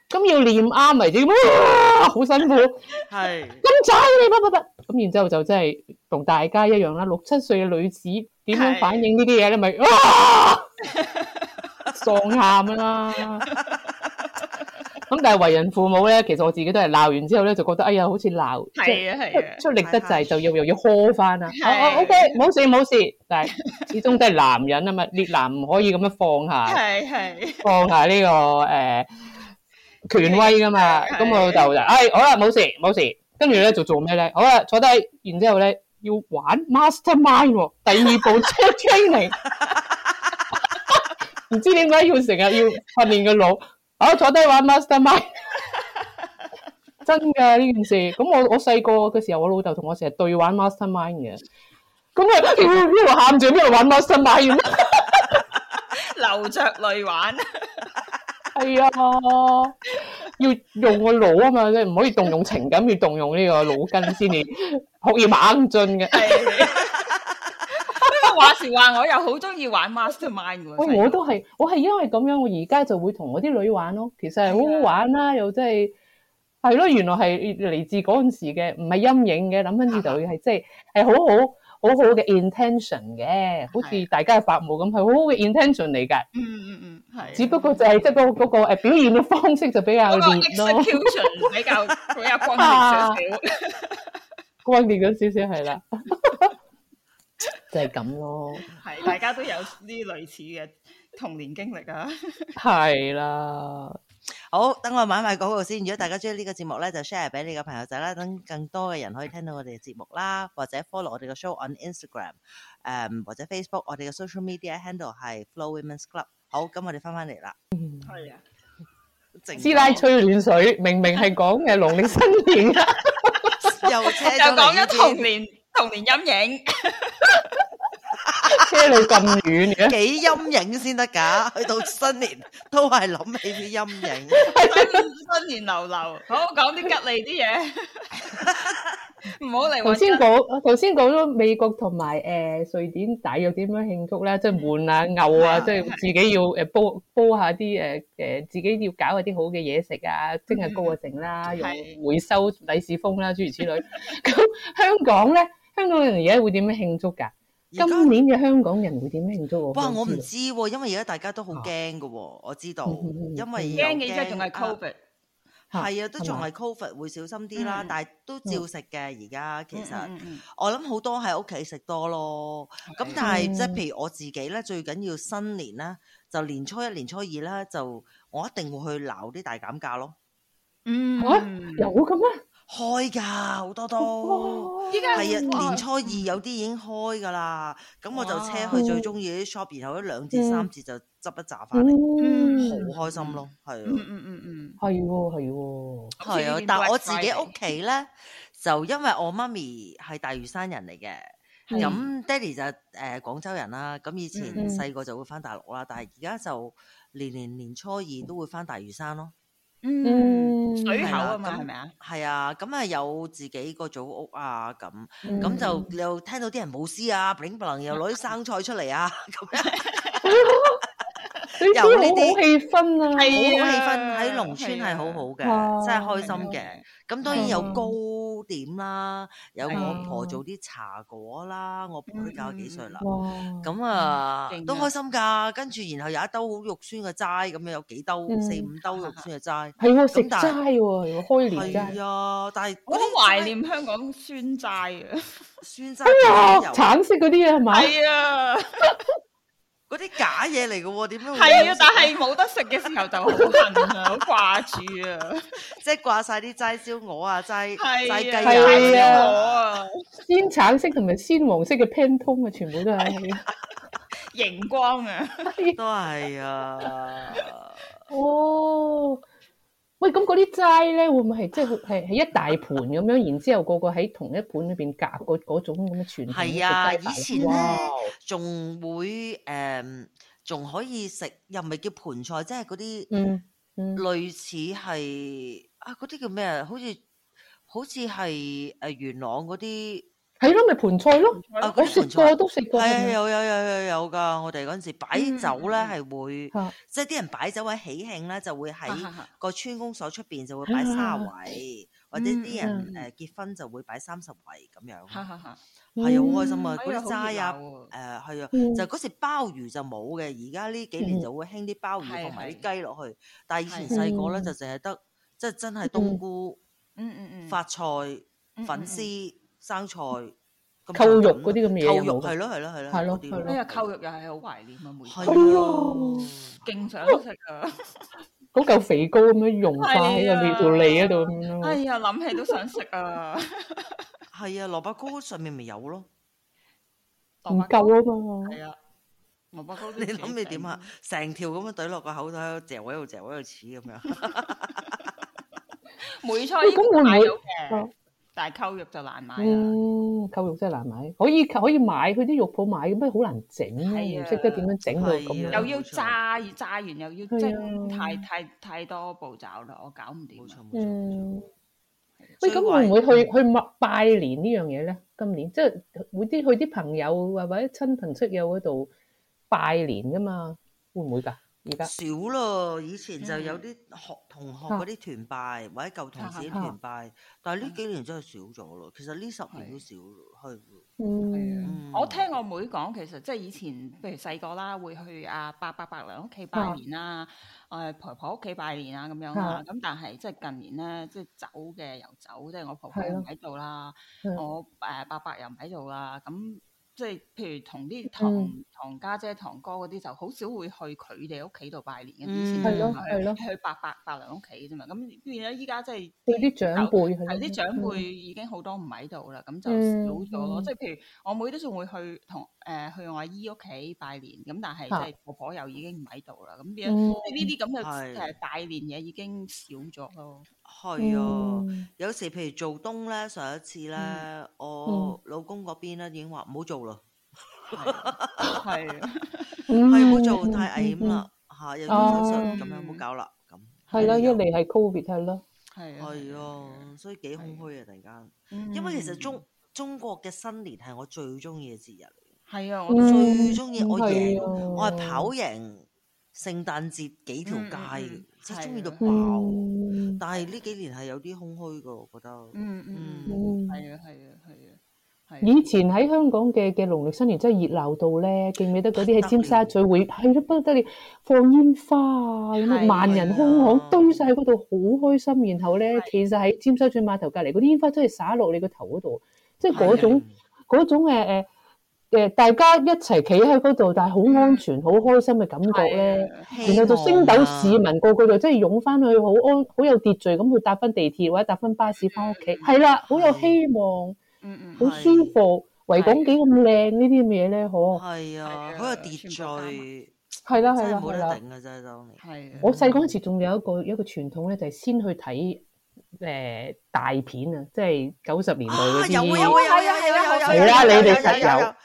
[SPEAKER 3] 咁要念啱為止，哇，好辛苦。
[SPEAKER 1] 係
[SPEAKER 3] 咁仔你乜乜乜，咁然之後就真係同大家一樣啦。六七歲嘅女子點樣反應呢啲嘢 咧？咪哇，喪喊啦。咁但係為人父母咧，其實我自己都係鬧完之後咧，就覺得哎呀，好似鬧，即
[SPEAKER 2] 係啊係啊
[SPEAKER 3] 出出力得滯，就要又要呵翻啦。哦
[SPEAKER 2] 係
[SPEAKER 3] 哦，OK，冇事冇事，但係始終都係男人啊嘛，烈男唔可以咁樣放下。
[SPEAKER 2] 係係
[SPEAKER 3] 放下呢、個誒、呃、權威噶嘛。
[SPEAKER 2] 係
[SPEAKER 3] 咁我老豆就，唉、好啦，冇事冇事。跟住咧就做咩咧？好啦，坐低，然之後咧要玩 mastermind 喎、第二 步即係 training。唔知點解要成日要訓練個腦，好坐低玩 mastermind。真㗎呢件事，咁我我細個嘅時候，我老豆同我成日對玩 mastermind 嘅，咁啊一路喊住一路玩 mastermind 咁。
[SPEAKER 2] 流着淚 玩，
[SPEAKER 3] 系啊，要用個腦啊嘛，即係唔可以動用情感，要動用呢個腦筋先至學業猛進嘅。
[SPEAKER 2] 不過話時話我又好中意玩 mastermind 喎。
[SPEAKER 3] 喂，我都係，我係因為咁樣，我而家就會同我啲女玩咯。其實係好好玩啦，又真係係咯，原來係嚟自嗰陣時嘅，唔係陰影嘅。諗翻轉頭係即係係好好好好嘅 intention 嘅，好似大家嘅發夢咁，係好好嘅 intention 嚟㗎。
[SPEAKER 2] 嗯嗯嗯，係。
[SPEAKER 3] 只不過就係即係嗰個嗰個誒表現嘅方式就比較
[SPEAKER 2] 嗰個
[SPEAKER 3] 烈咯。
[SPEAKER 2] execution 比較比較轟烈少少。
[SPEAKER 3] 光烈咗少少係啦，就係咁咯，
[SPEAKER 2] 係，大家都有啲類似嘅童年經歷啊。
[SPEAKER 3] 係啦，
[SPEAKER 1] 好，等我買埋廣告先。如果大家中意呢個節目咧，就 share 俾你嘅朋友仔啦，等更多嘅人可以聽到我哋嘅節目啦，或者 follow 我哋嘅 show on Instagram，誒、或者 Facebook，我哋嘅 social media handle 係 Flow Women's Club。好，咁我哋翻翻嚟啦。
[SPEAKER 2] 係啊，
[SPEAKER 3] 師奶吹暖水，明明係講嘅農曆新年 啊，
[SPEAKER 1] 又
[SPEAKER 2] 就講咗童年童年陰影。
[SPEAKER 3] 車你咁遠嘅，
[SPEAKER 1] 幾陰影先得㗎， 去到新年都係諗起啲陰影。
[SPEAKER 2] 新年流流，好講啲吉利 啲嘢，唔好嚟
[SPEAKER 3] 頭
[SPEAKER 2] 揾
[SPEAKER 3] 先
[SPEAKER 2] 真。
[SPEAKER 3] 講頭先講咗美國同埋誒瑞典大約點樣慶祝咧，即係悶啊、牛啊，即係自己要誒煲煲下啲誒誒，自己要搞下啲好嘅嘢食啊，蒸下糕啊整啦，用回收利是封啦，諸如此類。 咁香港咧，香港人而家會點樣慶祝㗎？今年嘅香港人會點樣慶祝？
[SPEAKER 1] 哇！ 我唔
[SPEAKER 3] 想
[SPEAKER 1] 知 喎，因為而家大家都好驚㗎喎，我知道，因為
[SPEAKER 2] 驚嘅，即係仲係 covid，
[SPEAKER 1] 係啊，都
[SPEAKER 3] 係
[SPEAKER 1] 仲
[SPEAKER 3] 嘛
[SPEAKER 1] 係 Covid 會小心啲啦，
[SPEAKER 3] 嗯
[SPEAKER 1] 但係都照
[SPEAKER 3] 嗯
[SPEAKER 1] 食嘅而家其實。
[SPEAKER 3] 嗯
[SPEAKER 1] 我諗好多喺屋企食多咯，咁
[SPEAKER 3] 係
[SPEAKER 1] 但係即係
[SPEAKER 3] 嗯
[SPEAKER 1] 譬如我自己咧，最緊要新年咧，就年初一、年初二咧，就我一定會去鬧啲大減價咯。
[SPEAKER 7] 嗯，
[SPEAKER 3] 嚇有嘅咩？
[SPEAKER 1] 開㗎，好多都
[SPEAKER 7] 依家
[SPEAKER 1] 係啊！
[SPEAKER 7] 哇
[SPEAKER 1] 年初二有啲已經開㗎啦，咁我就車
[SPEAKER 7] 哇
[SPEAKER 1] 去最中意啲 shop，然後一兩
[SPEAKER 3] 嗯
[SPEAKER 1] 至三至就執一扎翻嚟，
[SPEAKER 3] 嗯
[SPEAKER 1] 好開心咯，係啊
[SPEAKER 2] 嗯。嗯嗯嗯，
[SPEAKER 3] 係喎係喎，
[SPEAKER 1] 係啊，但係我自己屋企咧， 就因為我媽咪係大嶼山人嚟嘅，
[SPEAKER 3] 係
[SPEAKER 1] 咁爹哋就誒、呃、廣州人啦，咁以前
[SPEAKER 3] 嗯
[SPEAKER 1] 細個就會翻大陸啦，但係而家就年年年初二都會翻大嶼山咯。
[SPEAKER 3] Ừ.
[SPEAKER 2] 嗯，
[SPEAKER 3] 嗯
[SPEAKER 2] 水口
[SPEAKER 1] 係啦
[SPEAKER 2] 啊嘛，
[SPEAKER 1] 咁
[SPEAKER 2] 係咪啊？
[SPEAKER 1] 係啊，咁啊有自己個祖屋啊，咁咁、
[SPEAKER 3] 嗯
[SPEAKER 1] 就你又聽到啲人舞獅啊，bling bling 又攞啲生菜出嚟 啊，咁樣。
[SPEAKER 3] 你知好
[SPEAKER 1] 有呢啲
[SPEAKER 3] 好氣氛啊，
[SPEAKER 1] 好好氣
[SPEAKER 2] 係
[SPEAKER 1] 氛
[SPEAKER 2] 啊
[SPEAKER 1] 喺農村係好好嘅，
[SPEAKER 3] 係啊
[SPEAKER 1] 真係開心嘅。咁當然有
[SPEAKER 3] 係啊
[SPEAKER 1] 糕點啦，有
[SPEAKER 2] 係啊
[SPEAKER 1] 我婆做啲茶果啦，我婆都教幾歲啦。
[SPEAKER 3] 哇！
[SPEAKER 1] 咁啊
[SPEAKER 2] 勁啊，
[SPEAKER 1] 都開心㗎。跟住然後有一兜好肉酸嘅齋，咁樣有幾兜
[SPEAKER 3] 嗯
[SPEAKER 1] 四五兜肉酸嘅齋。
[SPEAKER 3] 係喎，食
[SPEAKER 1] 咁
[SPEAKER 3] 齋
[SPEAKER 1] 但係
[SPEAKER 3] 喎，係喎開年
[SPEAKER 1] 係
[SPEAKER 3] 齋，
[SPEAKER 1] 啊，但係
[SPEAKER 2] 我好
[SPEAKER 1] 嗰啲
[SPEAKER 2] 懷
[SPEAKER 1] 齋
[SPEAKER 2] 念香港酸齋啊！
[SPEAKER 1] 酸齋
[SPEAKER 3] 哎
[SPEAKER 1] 點
[SPEAKER 3] 呀，
[SPEAKER 1] 樣有
[SPEAKER 3] 橙色嗰啲啊係嘛？
[SPEAKER 2] 係啊，
[SPEAKER 1] 嗰啲假嘢嚟嘅喎，點樣會
[SPEAKER 2] 係
[SPEAKER 1] 有
[SPEAKER 2] 啊，但係冇得食嘅時候就好恨啊，好掛住啊，
[SPEAKER 1] 即係掛晒啲齋燒鵝啊、齋
[SPEAKER 2] 係
[SPEAKER 1] 齋
[SPEAKER 2] 啊，
[SPEAKER 1] 雞
[SPEAKER 2] 係
[SPEAKER 1] 啊
[SPEAKER 3] 係
[SPEAKER 1] 咁樣
[SPEAKER 3] 啊
[SPEAKER 2] 我啊，
[SPEAKER 3] 鮮橙色同埋鮮黃色嘅 Pantone 啊，全部都係。
[SPEAKER 2] 熒光啊，
[SPEAKER 1] 都係啊。
[SPEAKER 3] 哦，喂，咁嗰啲齋咧，會唔會係即係係係一大盤咁樣，然之後個個喺同一盤裏邊夾嗰嗰種咁嘅傳統
[SPEAKER 1] 係啊，以前咧
[SPEAKER 3] 哇
[SPEAKER 1] 仲會誒，仲、可以食，又唔係叫盤菜，即係嗰啲
[SPEAKER 3] 嗯嗯
[SPEAKER 1] 類似係啊嗰啲叫咩啊？好似好似係誒元朗嗰啲，
[SPEAKER 3] 係咯，咪盤菜咯，
[SPEAKER 1] 啊
[SPEAKER 3] 我
[SPEAKER 1] 嗰啲
[SPEAKER 3] 食
[SPEAKER 1] 盤菜
[SPEAKER 3] 過都食過
[SPEAKER 1] 係
[SPEAKER 3] 咁
[SPEAKER 1] 啊
[SPEAKER 3] 樣。嗯
[SPEAKER 1] 有有有有有㗎！我哋嗰陣時擺酒咧係會，
[SPEAKER 3] 嚇
[SPEAKER 1] 即係啲人擺酒喺喜慶咧就會喺
[SPEAKER 2] 啊
[SPEAKER 1] 個村公所出邊就會擺卅圍，或者啲
[SPEAKER 3] 啊嗯
[SPEAKER 1] 人誒結婚就會擺三十圍咁樣。
[SPEAKER 2] 哈哈哈，
[SPEAKER 1] 係啊，好開心啊！
[SPEAKER 2] 哎
[SPEAKER 1] 嗰
[SPEAKER 2] 呀
[SPEAKER 1] 啲齋啊，誒係啊，
[SPEAKER 3] 嗯
[SPEAKER 1] 就嗰時鮑魚就冇嘅，而家呢幾年
[SPEAKER 3] 嗯
[SPEAKER 1] 就會興啲鮑魚
[SPEAKER 2] 係
[SPEAKER 1] 同埋
[SPEAKER 2] 係
[SPEAKER 1] 啲雞落去。但係以前
[SPEAKER 3] 係
[SPEAKER 1] 細個咧
[SPEAKER 3] 嗯
[SPEAKER 1] 就淨係得即係真係冬
[SPEAKER 3] 嗯
[SPEAKER 1] 菇、
[SPEAKER 2] 嗯嗯嗯，
[SPEAKER 1] 發菜、
[SPEAKER 2] 嗯
[SPEAKER 1] 粉
[SPEAKER 2] 嗯
[SPEAKER 1] 絲、生菜、咁
[SPEAKER 3] 扣
[SPEAKER 1] 就
[SPEAKER 3] 肉
[SPEAKER 1] 咁
[SPEAKER 3] 嗰啲咁嘅嘢有
[SPEAKER 1] 扣肉係
[SPEAKER 3] 冇㗎
[SPEAKER 1] 咯係咯係咯
[SPEAKER 3] 係咯
[SPEAKER 1] 嗰啲
[SPEAKER 3] 係咯
[SPEAKER 2] 哎呀，扣肉又係好懷念啊，每次
[SPEAKER 1] 係啊。
[SPEAKER 2] 勁想食啊！
[SPEAKER 3] 嗰嚿肥膏咁樣溶化喺個條脷嗰度咁樣
[SPEAKER 2] 哎
[SPEAKER 3] 咯。
[SPEAKER 2] 呀，諗起都想食啊！
[SPEAKER 1] 係啊，蘿蔔糕上面咪有咯。
[SPEAKER 3] 唔夠啊嘛，
[SPEAKER 2] 係啊，蘿蔔糕都
[SPEAKER 1] 你
[SPEAKER 2] 自己
[SPEAKER 1] 諗你點啊？成條咁樣懟落個口度，喺度嚼喺度嚼喺度黐咁樣。
[SPEAKER 2] 整？梅菜
[SPEAKER 3] 喂咁
[SPEAKER 2] 應
[SPEAKER 3] 會
[SPEAKER 2] 該
[SPEAKER 3] 唔
[SPEAKER 2] 買
[SPEAKER 3] 會
[SPEAKER 2] 到嘅
[SPEAKER 3] 啊，
[SPEAKER 2] 但係溝肉就難買啦。
[SPEAKER 3] 嗯，扣肉真係難買，可以可以買去啲肉鋪買，咁好難整啊，
[SPEAKER 2] 係啊
[SPEAKER 3] 唔識得點樣整到咁
[SPEAKER 1] 係啊
[SPEAKER 3] 樣
[SPEAKER 2] 又。要炸，炸完又要蒸，
[SPEAKER 3] 係啊
[SPEAKER 2] 太太太多步驟啦，我搞唔掂
[SPEAKER 1] 冇錯
[SPEAKER 2] 啊。
[SPEAKER 1] 冇錯。
[SPEAKER 3] 嗯，喂，
[SPEAKER 1] 最
[SPEAKER 3] 咁
[SPEAKER 1] 壞
[SPEAKER 3] 會唔會去去默拜年呢樣嘢咧？今年即係會啲去啲朋友或或者親朋戚友嗰度拜年噶嘛？會唔會㗎？而家
[SPEAKER 1] 少咯，以前就有啲學同學嗰
[SPEAKER 3] 啊
[SPEAKER 1] 啲團拜或者舊同事啲
[SPEAKER 3] 啊啊
[SPEAKER 1] 團拜，但係呢幾年真係少咗咯。其實呢十年都少咯，係
[SPEAKER 3] 嗯
[SPEAKER 1] 嗯
[SPEAKER 2] 我聽我妹講，其實即係以前，譬如細個啦，會去阿伯伯伯娘屋企拜年啦，誒婆婆屋企拜年啊咁樣啦
[SPEAKER 3] 啊。
[SPEAKER 2] 咁但係即係近年咧，即係走嘅又走，即係我婆婆
[SPEAKER 3] 係
[SPEAKER 2] 又
[SPEAKER 3] 咯
[SPEAKER 2] 唔喺度啦，
[SPEAKER 3] 係
[SPEAKER 2] 我誒伯伯又唔喺度啦。咁即係譬如同啲堂
[SPEAKER 3] 嗯
[SPEAKER 2] 堂家姐、堂哥嗰啲，就好少會去佢哋屋企度拜年嘅。
[SPEAKER 1] 嗯
[SPEAKER 2] 以前
[SPEAKER 1] 係
[SPEAKER 3] 咯
[SPEAKER 2] 就
[SPEAKER 3] 係咯
[SPEAKER 2] 去去伯伯伯娘屋企啫嘛。咁變咗依家即係
[SPEAKER 3] 對啲長輩係咯
[SPEAKER 2] 係啲長輩
[SPEAKER 3] 嗯
[SPEAKER 2] 已經好多唔喺度啦，咁就
[SPEAKER 3] 嗯
[SPEAKER 2] 少咗咯。
[SPEAKER 3] 嗯
[SPEAKER 2] 即係譬如我妹都仲會去同誒、呃去我阿姨屋企拜年，咁但係
[SPEAKER 3] 嚇
[SPEAKER 2] 即係婆婆又已經唔喺度啦，咁變咗
[SPEAKER 3] 嗯
[SPEAKER 2] 即係呢啲咁嘅
[SPEAKER 1] 係
[SPEAKER 2] 誒拜年嘢已經少咗 咯。
[SPEAKER 1] 係啊。有時譬如做冬咧，上一次咧，我老公嗰邊咧已經話唔好做啦，
[SPEAKER 2] 係啊 係啊，
[SPEAKER 1] 係唔
[SPEAKER 3] 係
[SPEAKER 1] 好做太危險。啦，嚇又要手術咁樣，唔好搞啦咁。
[SPEAKER 3] 係啦，
[SPEAKER 1] 係
[SPEAKER 3] 一
[SPEAKER 1] 啊
[SPEAKER 3] 嚟係 Covid 係咯，
[SPEAKER 2] 係啊，
[SPEAKER 1] 係啊，所以幾空虛啊！突然間，
[SPEAKER 2] 嗯
[SPEAKER 1] 因為其實中中國嘅新年係我最中意嘅節日嚟。
[SPEAKER 2] 係啊，我
[SPEAKER 3] 嗯
[SPEAKER 1] 最中意我
[SPEAKER 3] 係
[SPEAKER 1] 贏，
[SPEAKER 3] 啊
[SPEAKER 1] 我係跑贏聖誕節幾條街
[SPEAKER 2] 嗯嗯
[SPEAKER 1] 嘅
[SPEAKER 2] 嗯，
[SPEAKER 1] 真係中意到爆。
[SPEAKER 3] 嗯
[SPEAKER 1] 但係呢幾年係有啲空虛噶，我覺得。
[SPEAKER 2] 嗯嗯
[SPEAKER 1] 嗯
[SPEAKER 2] 嗯，
[SPEAKER 3] 嗯
[SPEAKER 2] 係啊係啊係啊，
[SPEAKER 3] 以前喺香港嘅嘅農曆新年真係熱鬧到咧，記唔記得嗰啲喺尖沙咀會係都不得了，放煙花啊咁樣，
[SPEAKER 8] 係
[SPEAKER 3] 萬人空巷堆晒喺嗰度，好開心。然後咧，其實喺尖沙咀碼頭隔離嗰啲煙花真係灑落你個頭嗰度，即係嗰種嗰種誒誒誒，大家一齊企喺嗰度，但係好安全、好開心嘅感覺咧。
[SPEAKER 1] 啊
[SPEAKER 3] 然後就星斗市民個個就真係湧翻去，好安好有秩序咁去搭翻地鐵或者搭翻巴士翻屋
[SPEAKER 1] 啊
[SPEAKER 3] 企，係啦，好有希望。好舒服，維港幾咁靚呢啲咁嘢咧，嗬。
[SPEAKER 1] 係啊，好有秩序，
[SPEAKER 3] 係啦係
[SPEAKER 1] 真係
[SPEAKER 3] 啦
[SPEAKER 1] 冇
[SPEAKER 3] 係
[SPEAKER 1] 得
[SPEAKER 3] 啦。
[SPEAKER 1] 頂啊！真係當年。
[SPEAKER 2] 係
[SPEAKER 3] 我細個嗰陣時仲有一個有一個傳統咧，就係先去睇誒大片啊，即係九十年代嗰啲。
[SPEAKER 1] 有啊有啊有啊有啊有啊有啊有啊
[SPEAKER 3] 係啦，
[SPEAKER 1] 有啊
[SPEAKER 3] 你
[SPEAKER 1] 有啊
[SPEAKER 3] 哋
[SPEAKER 1] 有啊有
[SPEAKER 3] 實
[SPEAKER 1] 啊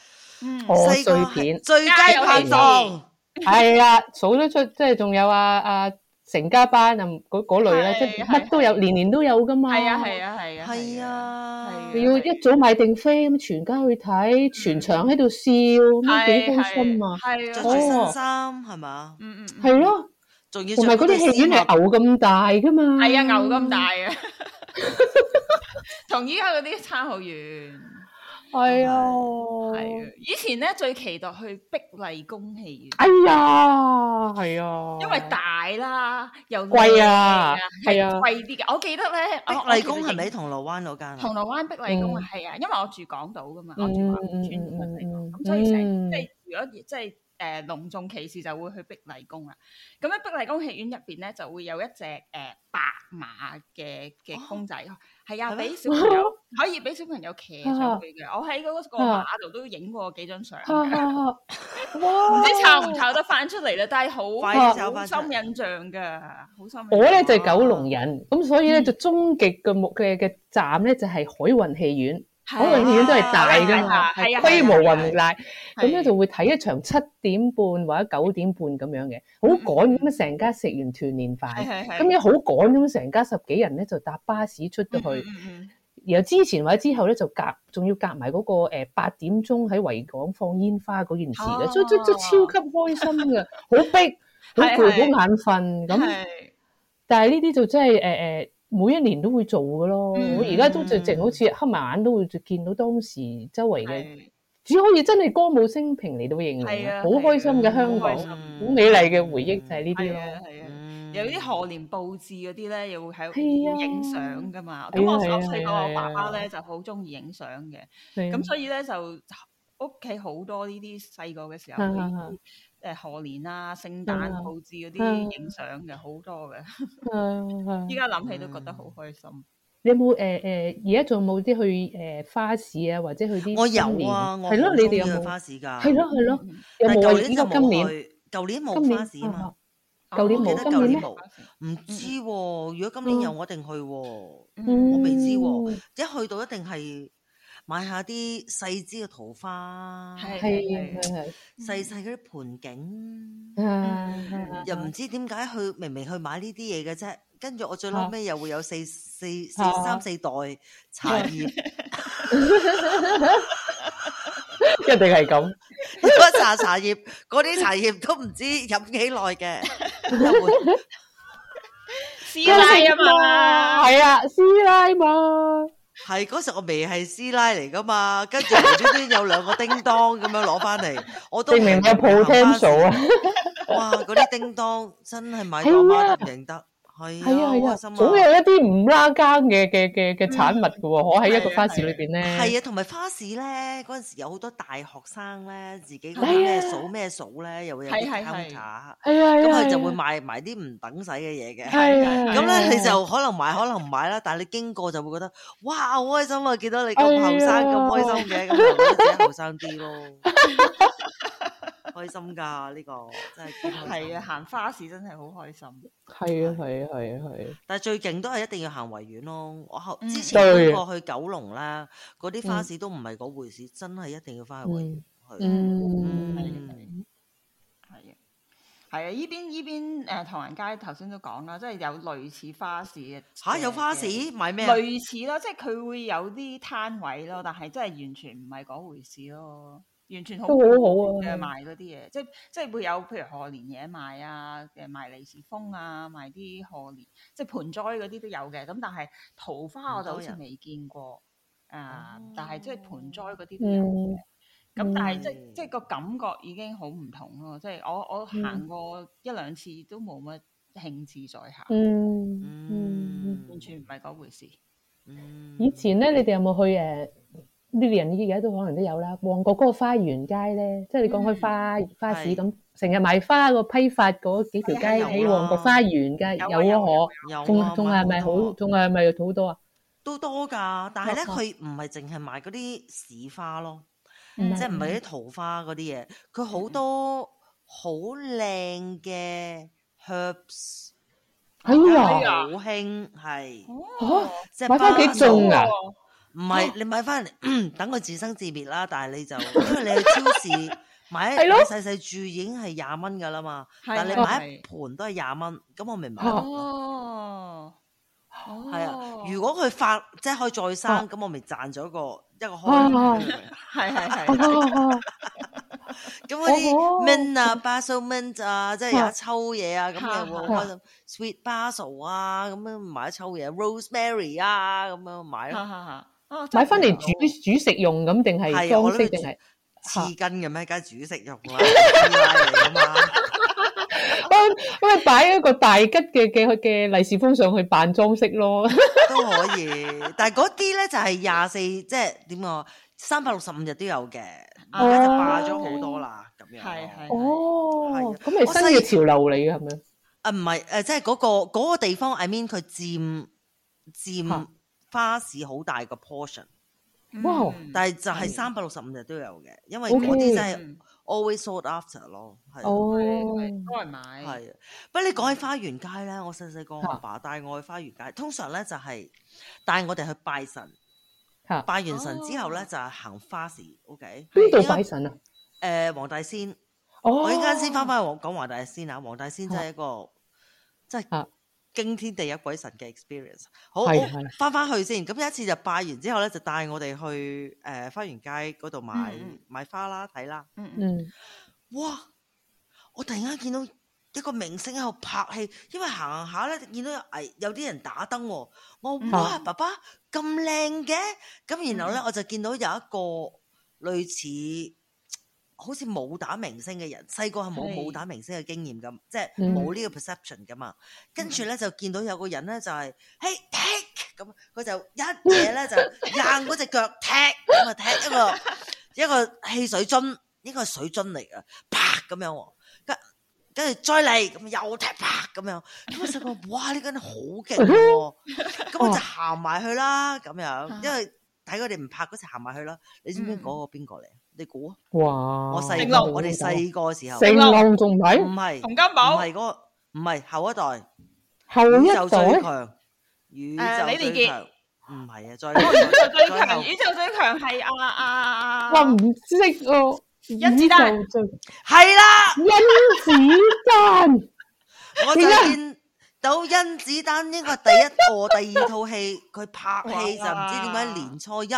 [SPEAKER 3] 有。我碎片。
[SPEAKER 1] 最佳拍檔
[SPEAKER 3] 係啦，數得出，即係仲有啊啊成家班啊嗰嗰類咧，即係乜都有，年年都有噶嘛。
[SPEAKER 2] 係啊係啊係啊係
[SPEAKER 1] 啊，
[SPEAKER 3] 你要一早買定飛咁，全家去睇，全場喺度笑，咁幾開心啊！
[SPEAKER 1] 着住新
[SPEAKER 3] 哦，
[SPEAKER 1] 衫係嘛？
[SPEAKER 2] 嗯嗯，
[SPEAKER 3] 係咯，
[SPEAKER 1] 仲要
[SPEAKER 3] 同埋嗰啲戲院係牛咁大噶嘛，
[SPEAKER 2] 係啊，牛咁大啊，
[SPEAKER 1] 嗯
[SPEAKER 2] 同依家嗰啲差好遠。
[SPEAKER 3] 係啊，
[SPEAKER 1] 哦
[SPEAKER 2] 係啊，以前咧最期待去碧麗宮戲院，
[SPEAKER 3] 哎呀，係啊，
[SPEAKER 2] 因為大啦，又
[SPEAKER 3] 貴啊
[SPEAKER 2] 靚
[SPEAKER 3] 係啊
[SPEAKER 2] 貴啲嘅。我記得咧，
[SPEAKER 1] 碧
[SPEAKER 2] 我
[SPEAKER 1] 麗宮係咪喺銅鑼灣嗰間啊？
[SPEAKER 2] 銅鑼灣碧麗宮
[SPEAKER 1] 嗯
[SPEAKER 2] 啊，係啊，因為我住港島噶嘛，我住
[SPEAKER 1] 嗯
[SPEAKER 2] 港島
[SPEAKER 1] 嗯
[SPEAKER 2] 村
[SPEAKER 1] 嗯
[SPEAKER 2] 嘅地方，
[SPEAKER 1] 嗯
[SPEAKER 2] 咁所以成
[SPEAKER 1] 嗯
[SPEAKER 2] 即係如果即係誒隆重其事就會去碧麗宮啦。咁喺碧麗宮戲院入邊咧就會有一隻誒白馬嘅嘅
[SPEAKER 1] 哦
[SPEAKER 2] 公仔，係啊，俾小朋友可以俾小朋友騎上去嘅。我喺嗰個馬度都影過幾張相
[SPEAKER 3] 哈
[SPEAKER 2] 㗎。
[SPEAKER 3] 哈哈
[SPEAKER 2] 唔
[SPEAKER 3] 哇
[SPEAKER 2] 知抄唔抄得翻出嚟啦，但係好
[SPEAKER 3] 快啲抄
[SPEAKER 2] 好
[SPEAKER 3] 返出嚟
[SPEAKER 2] 深印象噶，好深印象。
[SPEAKER 3] 我咧就係九龍人，咁所以咧就終極嘅目嘅嘅站咧就係海運戲院。
[SPEAKER 2] 係
[SPEAKER 3] 海運戲院都係大㗎嘛，
[SPEAKER 2] 係
[SPEAKER 3] 係
[SPEAKER 2] 啊
[SPEAKER 3] 規模宏大，
[SPEAKER 2] 係
[SPEAKER 3] 咁咧就會睇一場七點半或者九點半咁樣嘅，好趕咁啊！成家食完團年
[SPEAKER 2] 係係
[SPEAKER 3] 飯，
[SPEAKER 2] 係
[SPEAKER 3] 咁樣好趕咁，成家十幾人咧就搭巴士出到
[SPEAKER 2] 嗯
[SPEAKER 3] 去。然後之前或者之後咧就夾，仲要夾埋嗰個誒八點鐘喺維港放煙花嗰件事
[SPEAKER 2] 哦
[SPEAKER 3] 嘅，所以都都超級開心嘅，好逼，好攰，好眼瞓咁。但係呢啲就真係誒誒，每一年都會做嘅咯。
[SPEAKER 2] 嗯
[SPEAKER 3] 我而家都就淨好似黑埋眼都會見到當時周圍
[SPEAKER 2] 嘅，
[SPEAKER 3] 只可以真係歌舞升平嚟到形容，
[SPEAKER 2] 係啊
[SPEAKER 3] 好開心嘅香
[SPEAKER 2] 好開
[SPEAKER 3] 港，
[SPEAKER 2] 心
[SPEAKER 3] 好美麗嘅回憶就係呢啲
[SPEAKER 2] 係
[SPEAKER 3] 咯。
[SPEAKER 2] 啊係啊，有啲賀年佈置嗰啲咧，又會喺
[SPEAKER 3] 係啊
[SPEAKER 2] 影相噶嘛。
[SPEAKER 3] 係
[SPEAKER 2] 咁
[SPEAKER 3] 啊
[SPEAKER 2] 我我
[SPEAKER 3] 係啊
[SPEAKER 2] 細個
[SPEAKER 3] 係啊
[SPEAKER 2] 我爸爸咧就好中意影相嘅，
[SPEAKER 3] 係啊
[SPEAKER 2] 咁所以咧就屋企好多呢啲細個嘅時候
[SPEAKER 3] 啊
[SPEAKER 2] 嗰
[SPEAKER 3] 啊
[SPEAKER 2] 啲誒賀年啊、聖
[SPEAKER 3] 啊
[SPEAKER 2] 誕佈置嗰
[SPEAKER 3] 啊
[SPEAKER 2] 啲影相嘅好多嘅，
[SPEAKER 3] 啊 嗯啊
[SPEAKER 2] 依家諗起都覺得好開心。
[SPEAKER 3] 你有冇誒誒？而家仲有冇啲去誒花市啊，或者去啲
[SPEAKER 1] 我有
[SPEAKER 3] 新年
[SPEAKER 1] 啊，我
[SPEAKER 3] 係咯，
[SPEAKER 1] 好
[SPEAKER 3] 你
[SPEAKER 1] 鍾
[SPEAKER 3] 哋
[SPEAKER 1] 意
[SPEAKER 3] 有
[SPEAKER 1] 去
[SPEAKER 3] 冇
[SPEAKER 1] 花市㗎
[SPEAKER 3] 係咯係咯，有
[SPEAKER 1] 但係
[SPEAKER 3] 冇
[SPEAKER 1] 舊
[SPEAKER 3] 啊？
[SPEAKER 1] 年
[SPEAKER 3] 依
[SPEAKER 1] 就
[SPEAKER 3] 家今
[SPEAKER 1] 冇
[SPEAKER 3] 年
[SPEAKER 1] 去，舊年
[SPEAKER 3] 今
[SPEAKER 1] 冇
[SPEAKER 3] 年哦嗯
[SPEAKER 1] 花市啊嘛。
[SPEAKER 3] 舊年
[SPEAKER 1] 我記
[SPEAKER 3] 冇，
[SPEAKER 1] 得
[SPEAKER 3] 今
[SPEAKER 1] 舊
[SPEAKER 3] 年
[SPEAKER 1] 年
[SPEAKER 3] 咧
[SPEAKER 1] 冇，唔知喎。如果今年有，我一定去喎。
[SPEAKER 3] 嗯
[SPEAKER 1] 我未知喎，一去到一定係買下啲細支嘅桃花，
[SPEAKER 3] 係係係
[SPEAKER 1] 細細嗰啲盆景，
[SPEAKER 3] 啊
[SPEAKER 1] 又唔知點解去明明去買呢啲嘢嘅啫。跟住我最
[SPEAKER 3] 啊
[SPEAKER 1] 嬲尾又會有四四四
[SPEAKER 3] 啊
[SPEAKER 1] 三四袋茶 葉，
[SPEAKER 3] 一定係咁。
[SPEAKER 1] 嗰茶茶葉嗰啲茶葉都唔知飲幾 耐嘅，
[SPEAKER 2] 師奶啊嘛，
[SPEAKER 3] 係啊，師奶嘛，
[SPEAKER 1] 係嗰時我未係師奶嚟噶嘛，跟住無端端有兩個叮當咁樣攞翻 嚟，我都
[SPEAKER 3] 證明你有 potential 啊！
[SPEAKER 1] 哇！嗰啲叮當真係買到阿
[SPEAKER 3] 係
[SPEAKER 1] 媽
[SPEAKER 3] 啊
[SPEAKER 1] 都唔認得，係
[SPEAKER 3] 係
[SPEAKER 1] 啊，
[SPEAKER 3] 啊
[SPEAKER 1] 好
[SPEAKER 3] 係
[SPEAKER 1] 開
[SPEAKER 3] 啊
[SPEAKER 1] 心，啊！
[SPEAKER 3] 總有一啲唔拉更嘅嘅嘅嘅產物嘅喎，可喺一個花市裏邊咧。
[SPEAKER 1] 係啊，同埋花市咧，嗰陣時有好多大學生咧，自己嗰啲咩
[SPEAKER 3] 係啊
[SPEAKER 1] 數咩數咧，又會有
[SPEAKER 3] 係
[SPEAKER 1] 啲
[SPEAKER 3] 係
[SPEAKER 1] c
[SPEAKER 3] 係
[SPEAKER 1] o
[SPEAKER 3] 係啊
[SPEAKER 1] 咁
[SPEAKER 3] 係啊
[SPEAKER 1] 佢就會
[SPEAKER 3] 係啊
[SPEAKER 1] 賣埋啲唔等使嘅嘢嘅。
[SPEAKER 3] 係啊
[SPEAKER 1] 咁
[SPEAKER 3] 係啊
[SPEAKER 1] 咧你
[SPEAKER 3] 係啊
[SPEAKER 1] 就可能買，可能唔買啦，但係你經過就會覺得，哇，好開心啊！見到你咁
[SPEAKER 3] 係啊
[SPEAKER 1] 後生咁開心嘅，咁就覺得自己後生啲 咯，開心㗎呢個真係幾開
[SPEAKER 2] 係
[SPEAKER 1] 心
[SPEAKER 2] 啊，。行花市真係好開心。
[SPEAKER 3] 係啊係啊係啊係啊！
[SPEAKER 1] 但係最勁都係一定要行維園咯。我後
[SPEAKER 2] 嗯
[SPEAKER 1] 之前
[SPEAKER 3] 對
[SPEAKER 1] 嗰個去九龍啦，嗰啲花市都唔係嗰回事，真係一定要翻去維園去。
[SPEAKER 3] 嗯
[SPEAKER 1] 嗯，
[SPEAKER 2] 係啊，依邊依邊誒唐人街頭先都講啦，即係有類似花市嘅
[SPEAKER 1] 嚇有花市
[SPEAKER 2] 嘅
[SPEAKER 1] 買咩啊
[SPEAKER 2] 類似咯，即係佢會有啲攤位咯，但係真係完全唔係嗰回事咯，完全好
[SPEAKER 3] 都好好啊
[SPEAKER 2] 誒賣嗰啲嘢，即係即係會有譬如賀年嘢賣啊，誒賣利是封啊，賣啲賀年即係盆栽嗰啲都有嘅，咁但係桃花我就好
[SPEAKER 1] 唔多
[SPEAKER 2] 似
[SPEAKER 1] 人
[SPEAKER 2] 未見過。誒、啊，但係即係盆栽嗰啲都有
[SPEAKER 3] 嗯
[SPEAKER 2] 嘅。咁但係即係即係個感覺已經好唔同咯，即係我我行過一兩次都冇乜興致再行，
[SPEAKER 3] 嗯，
[SPEAKER 2] 完全唔係嗰回事。
[SPEAKER 1] 嗯
[SPEAKER 3] 以前咧，你哋有冇去誒呢啲人而家都可能都有啦。旺角嗰個花園街咧，即係你講開花花市咁，成日賣花個批發嗰幾條街
[SPEAKER 1] 係啊有
[SPEAKER 3] 喺
[SPEAKER 1] 啊
[SPEAKER 3] 旺角花園街
[SPEAKER 1] 有啊
[SPEAKER 3] 有啊，
[SPEAKER 1] 有啊
[SPEAKER 3] 可仲
[SPEAKER 1] 有啊
[SPEAKER 3] 仲係咪好？仲係咪好多啊？
[SPEAKER 1] 都多㗎，但係咧
[SPEAKER 3] 哦
[SPEAKER 1] 佢唔係淨係賣嗰啲市花咯，
[SPEAKER 3] 嗯
[SPEAKER 1] 即係唔係啲桃花嗰啲嘢，佢好多好靚嘅 herbs，
[SPEAKER 3] 哎呀，
[SPEAKER 1] 好興係，即
[SPEAKER 3] 嚇
[SPEAKER 1] 係
[SPEAKER 3] 買翻屋企種哦啊
[SPEAKER 1] 花草！
[SPEAKER 2] 哦
[SPEAKER 1] 唔係你買翻嚟 等佢自生自滅啦，但係你就因為你去超市買
[SPEAKER 3] 係咯
[SPEAKER 1] 買細細柱已經係廿蚊㗎啦嘛，
[SPEAKER 2] 係
[SPEAKER 1] 但係你
[SPEAKER 2] 係
[SPEAKER 3] 哦
[SPEAKER 1] 買一盤都係廿蚊，咁我咪買咯。
[SPEAKER 2] 哦，
[SPEAKER 1] 系
[SPEAKER 2] 係
[SPEAKER 1] 啊，如果佢發即係可以再
[SPEAKER 3] 哦
[SPEAKER 1] 生，咁我咪賺咗個一個
[SPEAKER 3] 啊
[SPEAKER 1] 開頭。
[SPEAKER 2] 係係係，
[SPEAKER 3] 哦
[SPEAKER 1] 咁嗰
[SPEAKER 3] 哦
[SPEAKER 1] 啲 mint 啊、basil mint 啊，即係有
[SPEAKER 3] 啊
[SPEAKER 1] 一抽嘢啊，咁
[SPEAKER 2] 啊
[SPEAKER 1] 嘅會
[SPEAKER 3] 啊
[SPEAKER 1] 開心。sweet basil 啊，咁樣買一抽嘢，rosemary 啊，咁樣買
[SPEAKER 2] 哈
[SPEAKER 1] 咯。
[SPEAKER 2] 哈哈，哦
[SPEAKER 3] 買翻嚟煮煮食用咁定係
[SPEAKER 1] 係啊
[SPEAKER 3] 裝
[SPEAKER 1] 我諗
[SPEAKER 3] 飾
[SPEAKER 1] 佢
[SPEAKER 3] 定係？
[SPEAKER 1] 刺根嘅咩？梗係煮食用啦， 嚟㗎嘛。
[SPEAKER 3] 咁咪擺一個大吉嘅嘅嘅利是封上去扮裝飾咯。
[SPEAKER 1] 都可以。但係嗰啲咧就係廿四，即係點講？啊三百六十五日都有嘅，而家就化咗好多啦，咁樣。
[SPEAKER 2] 係係
[SPEAKER 3] 哦
[SPEAKER 1] 係，
[SPEAKER 3] 咁咪新嘅潮流嚟嘅係咪？
[SPEAKER 1] 啊，唔係誒，即係嗰個嗰個地方，I mean 佢佔佔
[SPEAKER 3] 嚇
[SPEAKER 1] 花市好大個 portion，
[SPEAKER 3] 哇
[SPEAKER 2] 嗯
[SPEAKER 1] 但係就係三百六十五日都有嘅，因為
[SPEAKER 3] OK
[SPEAKER 1] 嗰啲真係
[SPEAKER 2] 嗯
[SPEAKER 1] always sought after 咯，係啊
[SPEAKER 3] 哦，
[SPEAKER 2] 係多人買，
[SPEAKER 1] 係啊。不過你講起花園街咧，我細細個我
[SPEAKER 3] 嚇
[SPEAKER 1] 阿爸帶我去花園街，通常咧就係帶我哋去拜神，
[SPEAKER 3] 嚇哦
[SPEAKER 1] 拜完神之後咧就係行花市，OK？
[SPEAKER 3] 邊度拜神啊？
[SPEAKER 1] 誒呃黃大仙，
[SPEAKER 3] 哦，啊
[SPEAKER 1] 我一間先翻返去講黃大仙啊，黃大仙真係一個即係
[SPEAKER 3] 嚇
[SPEAKER 1] 驚天地泣鬼神嘅 experience。好，
[SPEAKER 3] 係
[SPEAKER 1] 好
[SPEAKER 3] 係
[SPEAKER 1] 翻翻去先。咁有一次就拜完之後咧，就帶我哋去誒、呃花園街嗰度買、
[SPEAKER 2] 嗯嗯
[SPEAKER 1] 買花啦、睇啦。
[SPEAKER 2] 嗯嗯
[SPEAKER 3] 嗯，
[SPEAKER 1] 哇！我突然間見到一個明星喺度拍戲，因為行行下咧見到有藝有啲人打燈喎、我
[SPEAKER 2] 嗯
[SPEAKER 1] 哇爸爸咁靚嘅，咁然後咧我就見到有一個類似。好似武打明星嘅人，細個係冇
[SPEAKER 2] 係
[SPEAKER 1] 武打明星嘅經驗咁，即係
[SPEAKER 3] 嗯
[SPEAKER 1] 冇呢個 perception 噶嘛。跟住咧就見到有個人咧就係、嘿踢咁，佢就一嘢咧就 硬嗰只腳踢咁啊踢一個一個汽水樽，應該係水樽嚟嘅，啪咁樣喎，跟跟住再嚟咁又踢啪咁樣，咁我細個 哇呢個人好勁 喎，咁
[SPEAKER 3] 哦
[SPEAKER 1] 我就行埋去啦咁樣，因為睇佢哋唔拍嗰時行埋去啦，你知唔知
[SPEAKER 2] 嗯
[SPEAKER 1] 嗰個邊個嚟？你估啊？
[SPEAKER 3] 哇！
[SPEAKER 1] 我細
[SPEAKER 2] 成
[SPEAKER 1] 個
[SPEAKER 2] 龍
[SPEAKER 1] 我哋細個嘅時候，
[SPEAKER 3] 成龍仲唔
[SPEAKER 1] 唔
[SPEAKER 3] 係
[SPEAKER 1] 係
[SPEAKER 2] 洪
[SPEAKER 1] 唔
[SPEAKER 2] 金寶，
[SPEAKER 1] 係嗰個唔係後一代。
[SPEAKER 3] 後
[SPEAKER 1] 宇
[SPEAKER 3] 一
[SPEAKER 1] 宙最
[SPEAKER 3] 代
[SPEAKER 1] 強，宇
[SPEAKER 2] 誒李
[SPEAKER 1] 宙
[SPEAKER 2] 連杰
[SPEAKER 1] 最強，唔係啊，再
[SPEAKER 2] 哦宇宙最
[SPEAKER 1] 再
[SPEAKER 2] 強，
[SPEAKER 1] 後
[SPEAKER 2] 宇宙最強係啊啊啊
[SPEAKER 3] 我唔識哦。
[SPEAKER 2] 甄子丹
[SPEAKER 3] 宇宙最
[SPEAKER 1] 係啦，
[SPEAKER 3] 甄子丹，
[SPEAKER 1] 我就見到甄子丹呢個第一個第二套戲，佢拍戲就唔知點解年初一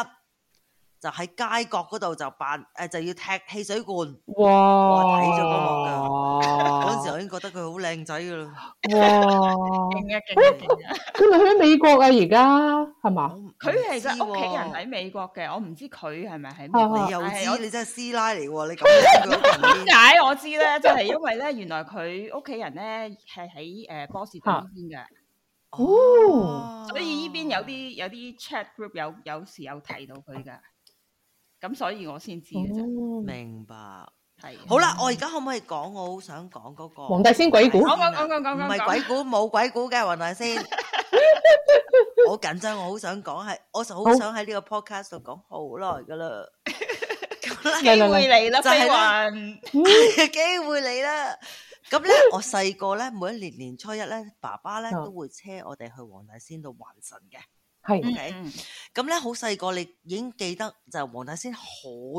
[SPEAKER 1] 就喺街角嗰度就扮誒就要踢汽水罐，
[SPEAKER 3] 哇！
[SPEAKER 1] 我睇咗嗰幕
[SPEAKER 2] 哦
[SPEAKER 1] 嗰陣時
[SPEAKER 3] 嗰
[SPEAKER 1] 我已經覺得佢好靚仔噶啦，
[SPEAKER 3] 時哇！
[SPEAKER 2] 勁嘅勁嘅勁嘅，
[SPEAKER 3] 佢咪去咗美國啊？而家係嘛？
[SPEAKER 2] 佢係佢屋企人
[SPEAKER 1] 睇，
[SPEAKER 2] 喺美國嘅，我唔知佢係咪喺美
[SPEAKER 3] 啊
[SPEAKER 2] 國，
[SPEAKER 1] 你
[SPEAKER 2] 但係我
[SPEAKER 1] 又知你真係師奶嚟喎，你咁樣佢
[SPEAKER 2] 點解我知咧？就係因為咧，原來佢屋企人咧係喺誒波士頓呢邊嘅，
[SPEAKER 3] 哦
[SPEAKER 2] 哦所以呢邊有啲有啲 chat group 有有時有提到佢嘅，咁所以我先知嘅啫。
[SPEAKER 3] 哦
[SPEAKER 1] 明白。
[SPEAKER 2] 係
[SPEAKER 1] 好啦，我而家可唔可以講？我好想講嗰個
[SPEAKER 3] 黃大仙鬼故
[SPEAKER 1] 黃大仙啊
[SPEAKER 2] 講講講講講
[SPEAKER 1] 唔係鬼故，冇鬼故嘅黃大 仙。好緊張，我好想講係，我就好想喺呢個 podcast 度講好耐噶啦。 咁
[SPEAKER 2] 機
[SPEAKER 1] 咧
[SPEAKER 2] 會嚟啦，
[SPEAKER 1] 就
[SPEAKER 2] 飛
[SPEAKER 1] 係啦
[SPEAKER 2] 雲。
[SPEAKER 1] 機會嚟啦。咁 咧，我細個咧，每一年年初一咧，爸爸咧
[SPEAKER 3] 啊
[SPEAKER 1] 都會車我哋去黃大仙度還神嘅。
[SPEAKER 2] 嗯
[SPEAKER 3] 係
[SPEAKER 1] OK，咁咧好細個，你已經記得就係黃大仙好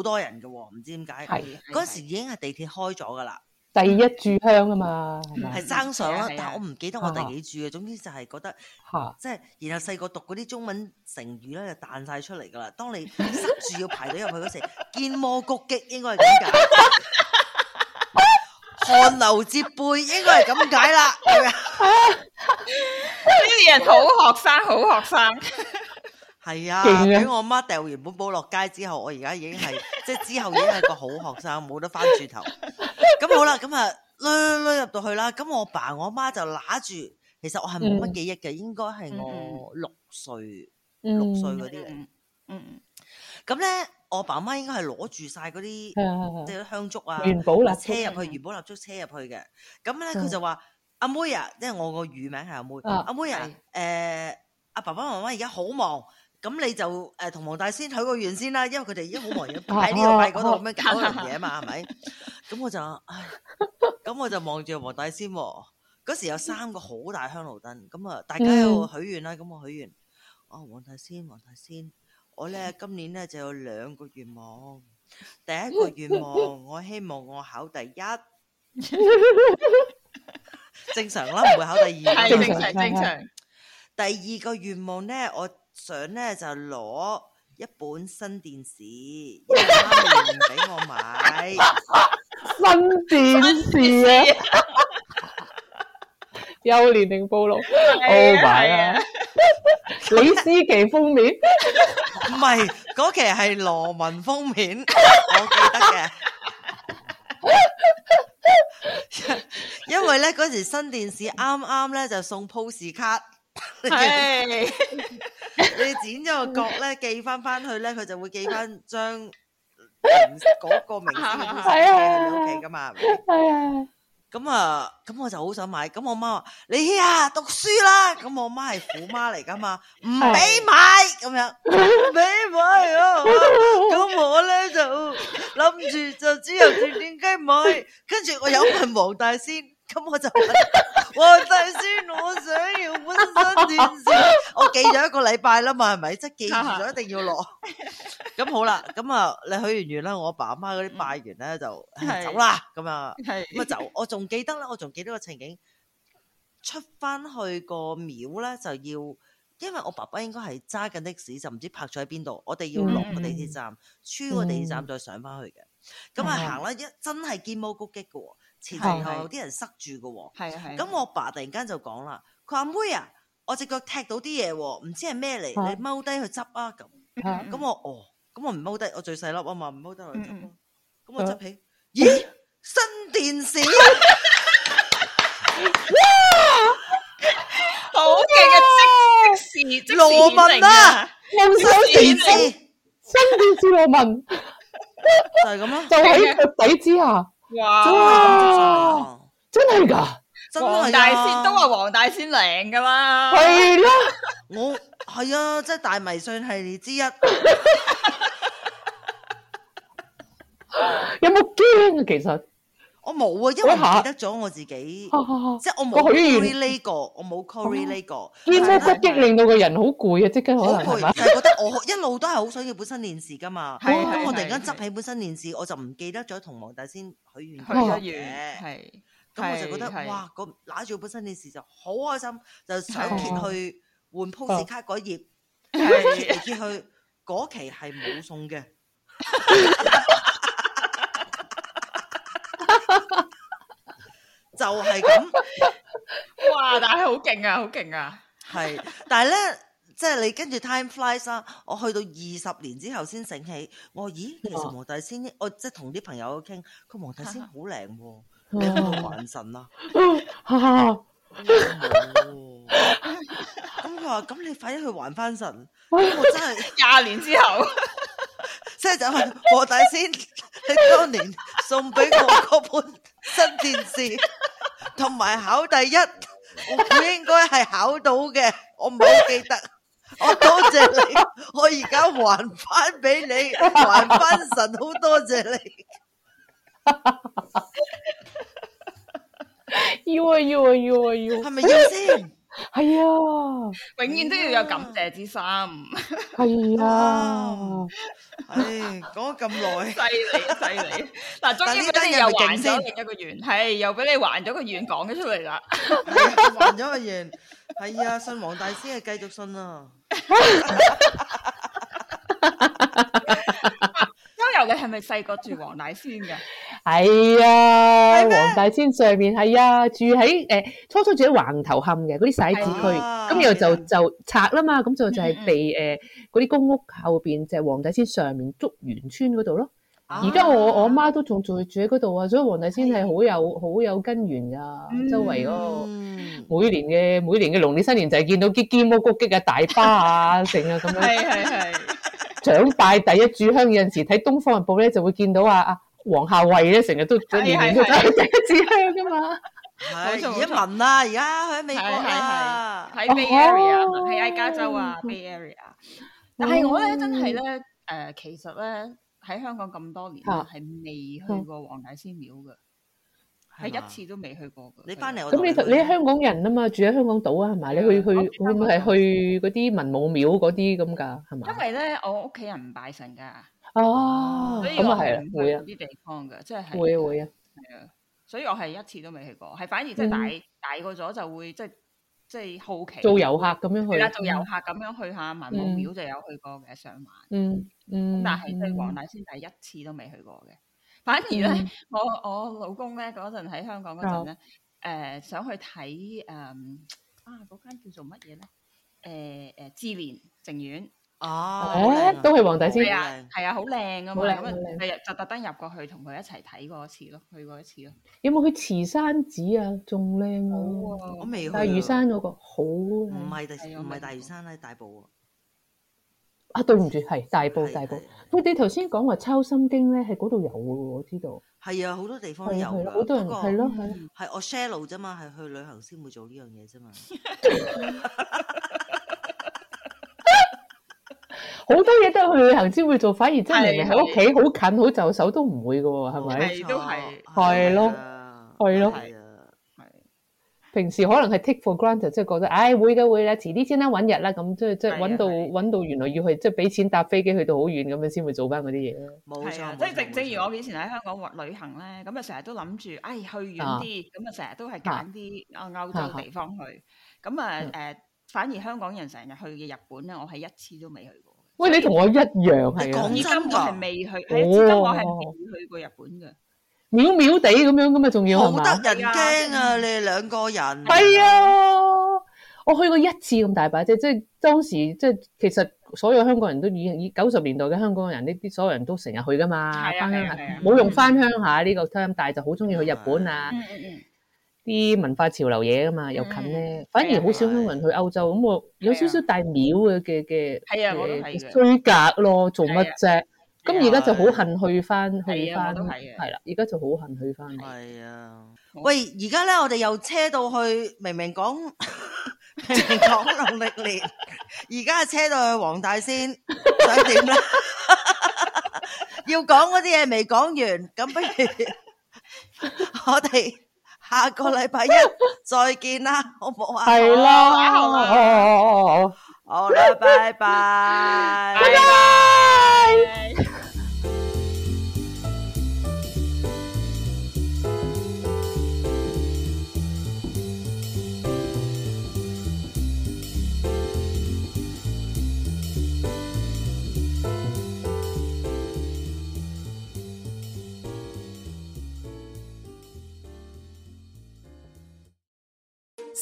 [SPEAKER 1] 多人嘅喎，唔知點解。
[SPEAKER 3] 係
[SPEAKER 1] 嗰陣時已經係地鐵開咗噶啦。
[SPEAKER 3] 第一炷香啊嘛，係嘛
[SPEAKER 1] 係爭上啦
[SPEAKER 2] 係啊係啊，
[SPEAKER 1] 但我唔記得我
[SPEAKER 3] 啊
[SPEAKER 1] 第幾注嘅。總之就係覺得
[SPEAKER 3] 嚇
[SPEAKER 1] 即係，然後細個讀嗰啲中文成語咧就彈晒出嚟㗎啦。當你塞住要排隊入去嗰時，見魔谷擊應該係咁解，汗流浃背應該係啊咁解啦。咁樣
[SPEAKER 2] 呢啲人好學生，好學生。
[SPEAKER 1] 係啊，
[SPEAKER 3] 勁啊
[SPEAKER 1] 俾我媽掉完本簿落街之後，我而家已經係 即係之後已經係個好學生，冇得翻轉頭。咁好啦，咁啊，攞攞入到去啦。咁我爸我媽就揦住，其實我係冇乜記憶嘅，應該係我六歲
[SPEAKER 3] Ừ.
[SPEAKER 1] 六歲嗰啲嚟。
[SPEAKER 2] 嗯，
[SPEAKER 1] 咁咧，我爸媽應該係攞住晒嗰啲即
[SPEAKER 3] 係係係
[SPEAKER 1] 係香燭啊，
[SPEAKER 3] 元寶蠟燭
[SPEAKER 1] 車入去，元寶蠟燭車入去嘅。咁咧，佢
[SPEAKER 3] 嗯
[SPEAKER 1] 就話：阿妹啊，即係我個乳名係阿妹。
[SPEAKER 3] 啊
[SPEAKER 1] 阿妹啊，誒，阿爸爸媽媽而家好忙。咁你就誒同黃大仙許個願先啦，因為佢哋已經好忙，要 擺呢度
[SPEAKER 3] 啊
[SPEAKER 1] 擺嗰度
[SPEAKER 3] 啊
[SPEAKER 1] 咁樣搞樣嘢啊嘛，係 咪？咁我就唉，咁我就望住黃大仙喎。嗰時有三個好大香爐燈，咁啊，大家
[SPEAKER 3] 嗯
[SPEAKER 1] 有許願啦，咁我許願。啊，黃大仙，黃大仙，我咧
[SPEAKER 7] 嗯
[SPEAKER 1] 今年咧就有兩個願望。第一 個願望，我希望我考第一，正常啦，唔會考 第二啦。
[SPEAKER 7] 係正常正常。
[SPEAKER 1] 第二個願望咧，我想咧就攞一本新電視，因為媽咪唔俾我買。
[SPEAKER 3] 新電視啊！幼年齡暴露，Oh
[SPEAKER 1] 係
[SPEAKER 3] my
[SPEAKER 1] 啊
[SPEAKER 3] god！李思琪封面，
[SPEAKER 1] 唔係嗰期係羅文封面，我記得嘅。因為咧嗰時新電視啱啱咧就送 pose 卡，你
[SPEAKER 7] 係
[SPEAKER 1] 剪咗個角咧寄翻翻去咧，佢就會寄翻張明嗰個明星嘅 pose 卡喺你屋企噶嘛。係咪
[SPEAKER 3] 係啊，
[SPEAKER 1] 咁啊，咁我就好想買。咁我媽話：你啊，讀書啦。咁我媽係虎媽嚟噶嘛，唔俾買咁樣，唔俾買啊。咁我咧就諗住就只有斷斷雞買。跟住我有問黃大仙，咁我就問 黃大仙，我想要本身電視。我記咗一個禮拜啦嘛，係咪？即係記住咗一定要攞。咁好啦，咁啊，你許完願啦，我阿爸阿媽嗰啲拜完咧就唉
[SPEAKER 7] 係
[SPEAKER 1] 走啦，咁啊，
[SPEAKER 7] 係
[SPEAKER 1] 咁啊走。我仲記得啦，我仲記得個情景，出翻去個廟咧就要，因為我爸爸應該係揸緊的士，就唔知泊咗喺邊度，我哋要落個地鐵站，穿個地鐵站再上翻去嘅。咁啊
[SPEAKER 7] 嗯
[SPEAKER 1] 行啦，一真係見毛谷擊嘅喎，前前後後有啲人塞住嘅喎。
[SPEAKER 2] 係啊係。
[SPEAKER 1] 咁我爸突然間就講啦，佢話妹啊，我只腳踢到啲嘢喎，唔知係咩嚟，
[SPEAKER 2] 啊
[SPEAKER 1] 你踎低去執啊咁。
[SPEAKER 2] 啊
[SPEAKER 1] 咁我哦，咁我唔踎低，我最細粒啊嘛，唔踎低落
[SPEAKER 2] 嗯
[SPEAKER 1] 去執咯。咁我
[SPEAKER 7] 啊
[SPEAKER 1] 執起，咦，新電 視，好
[SPEAKER 7] 勁啊！即即時即時
[SPEAKER 1] 羅文啊，
[SPEAKER 3] 夢想電
[SPEAKER 1] 視，
[SPEAKER 3] 新電視羅文，
[SPEAKER 1] 就係咁咯，
[SPEAKER 3] 就喺腳底之下，哇！真係 㗎，
[SPEAKER 1] 係
[SPEAKER 2] 黃
[SPEAKER 1] 㗎
[SPEAKER 2] 大仙都話黃大仙靚噶啦，
[SPEAKER 3] 係啦，
[SPEAKER 1] 我係啊，即係大迷信系列之一。
[SPEAKER 3] 有冇驚啊？其實
[SPEAKER 1] 我冇啊，因為
[SPEAKER 3] 嗰下
[SPEAKER 1] 唔記得咗我自己，即
[SPEAKER 3] 哦
[SPEAKER 1] 係我
[SPEAKER 3] 個
[SPEAKER 1] 冇
[SPEAKER 3] 許願
[SPEAKER 1] correlate 過，我冇 correlate 過。
[SPEAKER 3] 見到骨激令到個人好攰啊，即刻可
[SPEAKER 1] 好
[SPEAKER 3] 能
[SPEAKER 1] 攰，
[SPEAKER 3] 係嘛
[SPEAKER 1] 就？係覺得我一路都係好想要本身練士噶嘛。
[SPEAKER 3] 係
[SPEAKER 1] 咁
[SPEAKER 3] 係
[SPEAKER 1] 我突然間
[SPEAKER 3] 係
[SPEAKER 1] 執起本身練士，我就唔記得咗同黃大仙許願
[SPEAKER 2] 許咗
[SPEAKER 1] 願
[SPEAKER 2] 係。
[SPEAKER 1] 咁我就覺得
[SPEAKER 2] 係係
[SPEAKER 1] 哇，個揦住本身練士就好開心，就想揭
[SPEAKER 3] 哦
[SPEAKER 1] 去換 pose 卡嗰頁，揭 嚟揭去嗰期係冇送 嘅。 就係咁。
[SPEAKER 2] 哇！但係好勁啊，好勁啊！
[SPEAKER 1] 係，但係咧，即係你跟住 time flies 啦。我去到二十年之後先醒起，我話咦，其實黃大仙呢，我即係同啲朋友傾，佢黃大仙好靚喎，你
[SPEAKER 3] 嗯
[SPEAKER 1] 有冇還神啊？
[SPEAKER 3] 啊
[SPEAKER 1] 咁佢話：咁你快啲去還翻神。咁我真係
[SPEAKER 2] 廿年之後，
[SPEAKER 1] 即係就係黃大仙，你當年送俾我嗰本新電視，同埋考第一，我應該係考到嘅，我唔好記得。我多謝你，我而家還翻俾你，還翻神，好多謝你。
[SPEAKER 3] 要啊要啊要啊要！係
[SPEAKER 1] 咪要先？
[SPEAKER 3] 係啊，
[SPEAKER 2] 永遠都要有感謝之心。
[SPEAKER 3] 係啊，
[SPEAKER 1] 唉，講咗咁耐，
[SPEAKER 2] 犀利 犀利！嗱，終於俾
[SPEAKER 1] 但呢單
[SPEAKER 2] 你
[SPEAKER 1] 嘢
[SPEAKER 2] 又
[SPEAKER 1] 係咪勁
[SPEAKER 2] 還咗
[SPEAKER 1] 先
[SPEAKER 2] 另一個願，係又俾你還咗個願講咗出 嚟啦。
[SPEAKER 1] 還咗個願，係啊，信黃大仙係繼續信啊。
[SPEAKER 2] 周遊你係咪細個住黃大仙㗎？
[SPEAKER 3] 係啊，黃大仙上面係啊，住喺誒初初住喺橫頭磡嘅嗰啲徙置區，咁然後就就拆啦嘛，咁就就係被誒嗰啲公屋後邊就係黃大仙上面竹園村嗰度咯。而家我我阿媽都仲住住喺嗰度啊，所以黃大仙係好有好有根源噶，周圍嗰個每年嘅每年嘅農曆新年就係見到啲堅毛谷激啊、大巴啊、成啊咁樣。
[SPEAKER 2] 係係
[SPEAKER 3] 長拜第一炷香有陣時睇《東方日報》咧，就會見到啊啊黃夏蕙咧，成日都年年都拜第一炷香噶嘛。
[SPEAKER 1] 係而家文啦，而家喺美國啦，
[SPEAKER 2] 喺 Bay Area，喺喺加州啊，Bay Area。但係我咧真係咧，誒其實咧喺香港咁多年咧，
[SPEAKER 3] 啊
[SPEAKER 2] 係未去過黃大仙廟嘅，係一次都未去過嘅。
[SPEAKER 1] 你翻嚟我
[SPEAKER 3] 咁你就你係香港人啊嘛，住喺香港島啊，係咪？你去去會唔會係去嗰啲文武廟嗰啲咁㗎？係咪？
[SPEAKER 2] 因為咧我屋企人唔拜神㗎，
[SPEAKER 3] 哦，
[SPEAKER 2] 所以
[SPEAKER 3] 咁
[SPEAKER 2] 我
[SPEAKER 3] 啊係啦
[SPEAKER 2] 唔，去
[SPEAKER 3] 會啊
[SPEAKER 2] 嗰，啲地方嘅，即係
[SPEAKER 3] 會啊會啊，
[SPEAKER 2] 係啊，所以我係一次都未去過，係反而即係大、大個咗就會即係即係好奇
[SPEAKER 3] 嗯做遊客咁樣
[SPEAKER 2] 係
[SPEAKER 3] 去
[SPEAKER 2] 啦，做遊客咁樣去下文武廟就有去過嘅上環，
[SPEAKER 3] 嗯
[SPEAKER 2] 咁
[SPEAKER 3] 嗯，
[SPEAKER 2] 但係即係黃大仙第一次都未去過嘅。反而咧，
[SPEAKER 3] 嗯啊
[SPEAKER 2] 我我老公咧嗰陣喺香港嗰陣咧，誒、想去睇誒、嗯啊嗰間叫做乜嘢咧？誒、誒志蓮靜苑。
[SPEAKER 1] 哦
[SPEAKER 3] 誒都係黃大仙
[SPEAKER 2] 係啊，係啊，好靚噶嘛，
[SPEAKER 3] 好靚
[SPEAKER 2] 咁
[SPEAKER 3] 好靚
[SPEAKER 2] 啊係啊就特登入過去同佢一齊睇過一次咯，去過一次咯。
[SPEAKER 3] 有冇去慈山寺啊？仲靚啊！
[SPEAKER 1] 我未去
[SPEAKER 3] 大嶼
[SPEAKER 1] 啊。
[SPEAKER 3] 山嗯嗰個好
[SPEAKER 1] 唔係
[SPEAKER 3] 靚
[SPEAKER 1] 大
[SPEAKER 2] 啊
[SPEAKER 1] 唔係大嶼山啦，係大埔啊。
[SPEAKER 3] 啊！對唔住，係大埔哦大埔。喂，你頭先講話抄心經咧，係嗰度有嘅喎，我知道。
[SPEAKER 1] 係啊，好多地方都
[SPEAKER 3] 係
[SPEAKER 1] 有
[SPEAKER 3] 啊係啊
[SPEAKER 1] 㗎
[SPEAKER 3] 好多人
[SPEAKER 1] 不過嗯
[SPEAKER 3] 係咯係啊咯
[SPEAKER 1] 係我 share 路啫嘛，係去旅行先會做呢樣嘢啫嘛。
[SPEAKER 3] 好多嘢都係去旅行先會做，反而真係明明喺
[SPEAKER 2] 係
[SPEAKER 3] 屋企好近好就手都唔會嘅喎，係咪？
[SPEAKER 2] 係都係
[SPEAKER 3] 係咯，
[SPEAKER 1] 啊
[SPEAKER 3] 係啊咯。平時可能係 take for granted，即係覺得，唉、會嘅會啦，遲啲先啦，揾日啦，咁即係即
[SPEAKER 1] 啊
[SPEAKER 3] 係揾到揾到原來要去即係俾錢搭飛機去到好遠咁樣先會做翻嗰啲嘢咯。
[SPEAKER 1] 冇
[SPEAKER 2] 係啊，
[SPEAKER 1] 錯，
[SPEAKER 2] 即係正正如我以前喺香港旅行咧，咁啊成日都諗住，唉去遠啲，咁啊成日都係揀啲啊歐洲地方去，咁啊誒，反而香港人成日去嘅日本咧，我係一次都未去過。
[SPEAKER 3] 喂，你同我一樣係啊
[SPEAKER 2] 至，今我係未去，係啊
[SPEAKER 3] 哦
[SPEAKER 2] 至今我係未去過日本嘅。
[SPEAKER 3] 秒秒地咁樣咁啊，仲要係
[SPEAKER 1] 好
[SPEAKER 3] 嘛？
[SPEAKER 1] 得人驚啊！你哋兩個人
[SPEAKER 3] 係啊，我去過一次咁大把啫，即係當時即係其實所有香港人都已經以九十年代嘅香港人呢啲所有人都成日去噶嘛，
[SPEAKER 2] 係啊
[SPEAKER 3] 翻鄉
[SPEAKER 2] 係啊係
[SPEAKER 3] 下
[SPEAKER 2] 啊
[SPEAKER 3] 冇用翻鄉下呢個 term，但係就好中意去日本啊
[SPEAKER 2] 嗯嗯嗯，
[SPEAKER 3] 啲文化潮流嘢噶嘛，又近咧，反
[SPEAKER 2] 啊
[SPEAKER 3] 而好少香港人去歐洲，咁我有少少大廟嘅嘅嘅
[SPEAKER 2] 係啊啊我都係
[SPEAKER 3] 嘅
[SPEAKER 2] 嘅啊
[SPEAKER 3] 衰格咯，做乜啫？咁而家就好恨去翻去
[SPEAKER 1] 係啊我
[SPEAKER 3] 翻，
[SPEAKER 1] 都係嘅
[SPEAKER 3] 係啦，而家就好恨去翻。
[SPEAKER 1] 係啊，喂，而家咧我哋又車到去，明明講 明明講農曆年， 而家車到去黃大仙，想點咧？ 要講嗰啲嘢未講完，咁不如 我哋下個禮拜一再見啦，好唔好啊？
[SPEAKER 3] 係啦，
[SPEAKER 2] 啊
[SPEAKER 3] 哦哦哦
[SPEAKER 1] 好啦，拜拜，拜
[SPEAKER 3] 拜。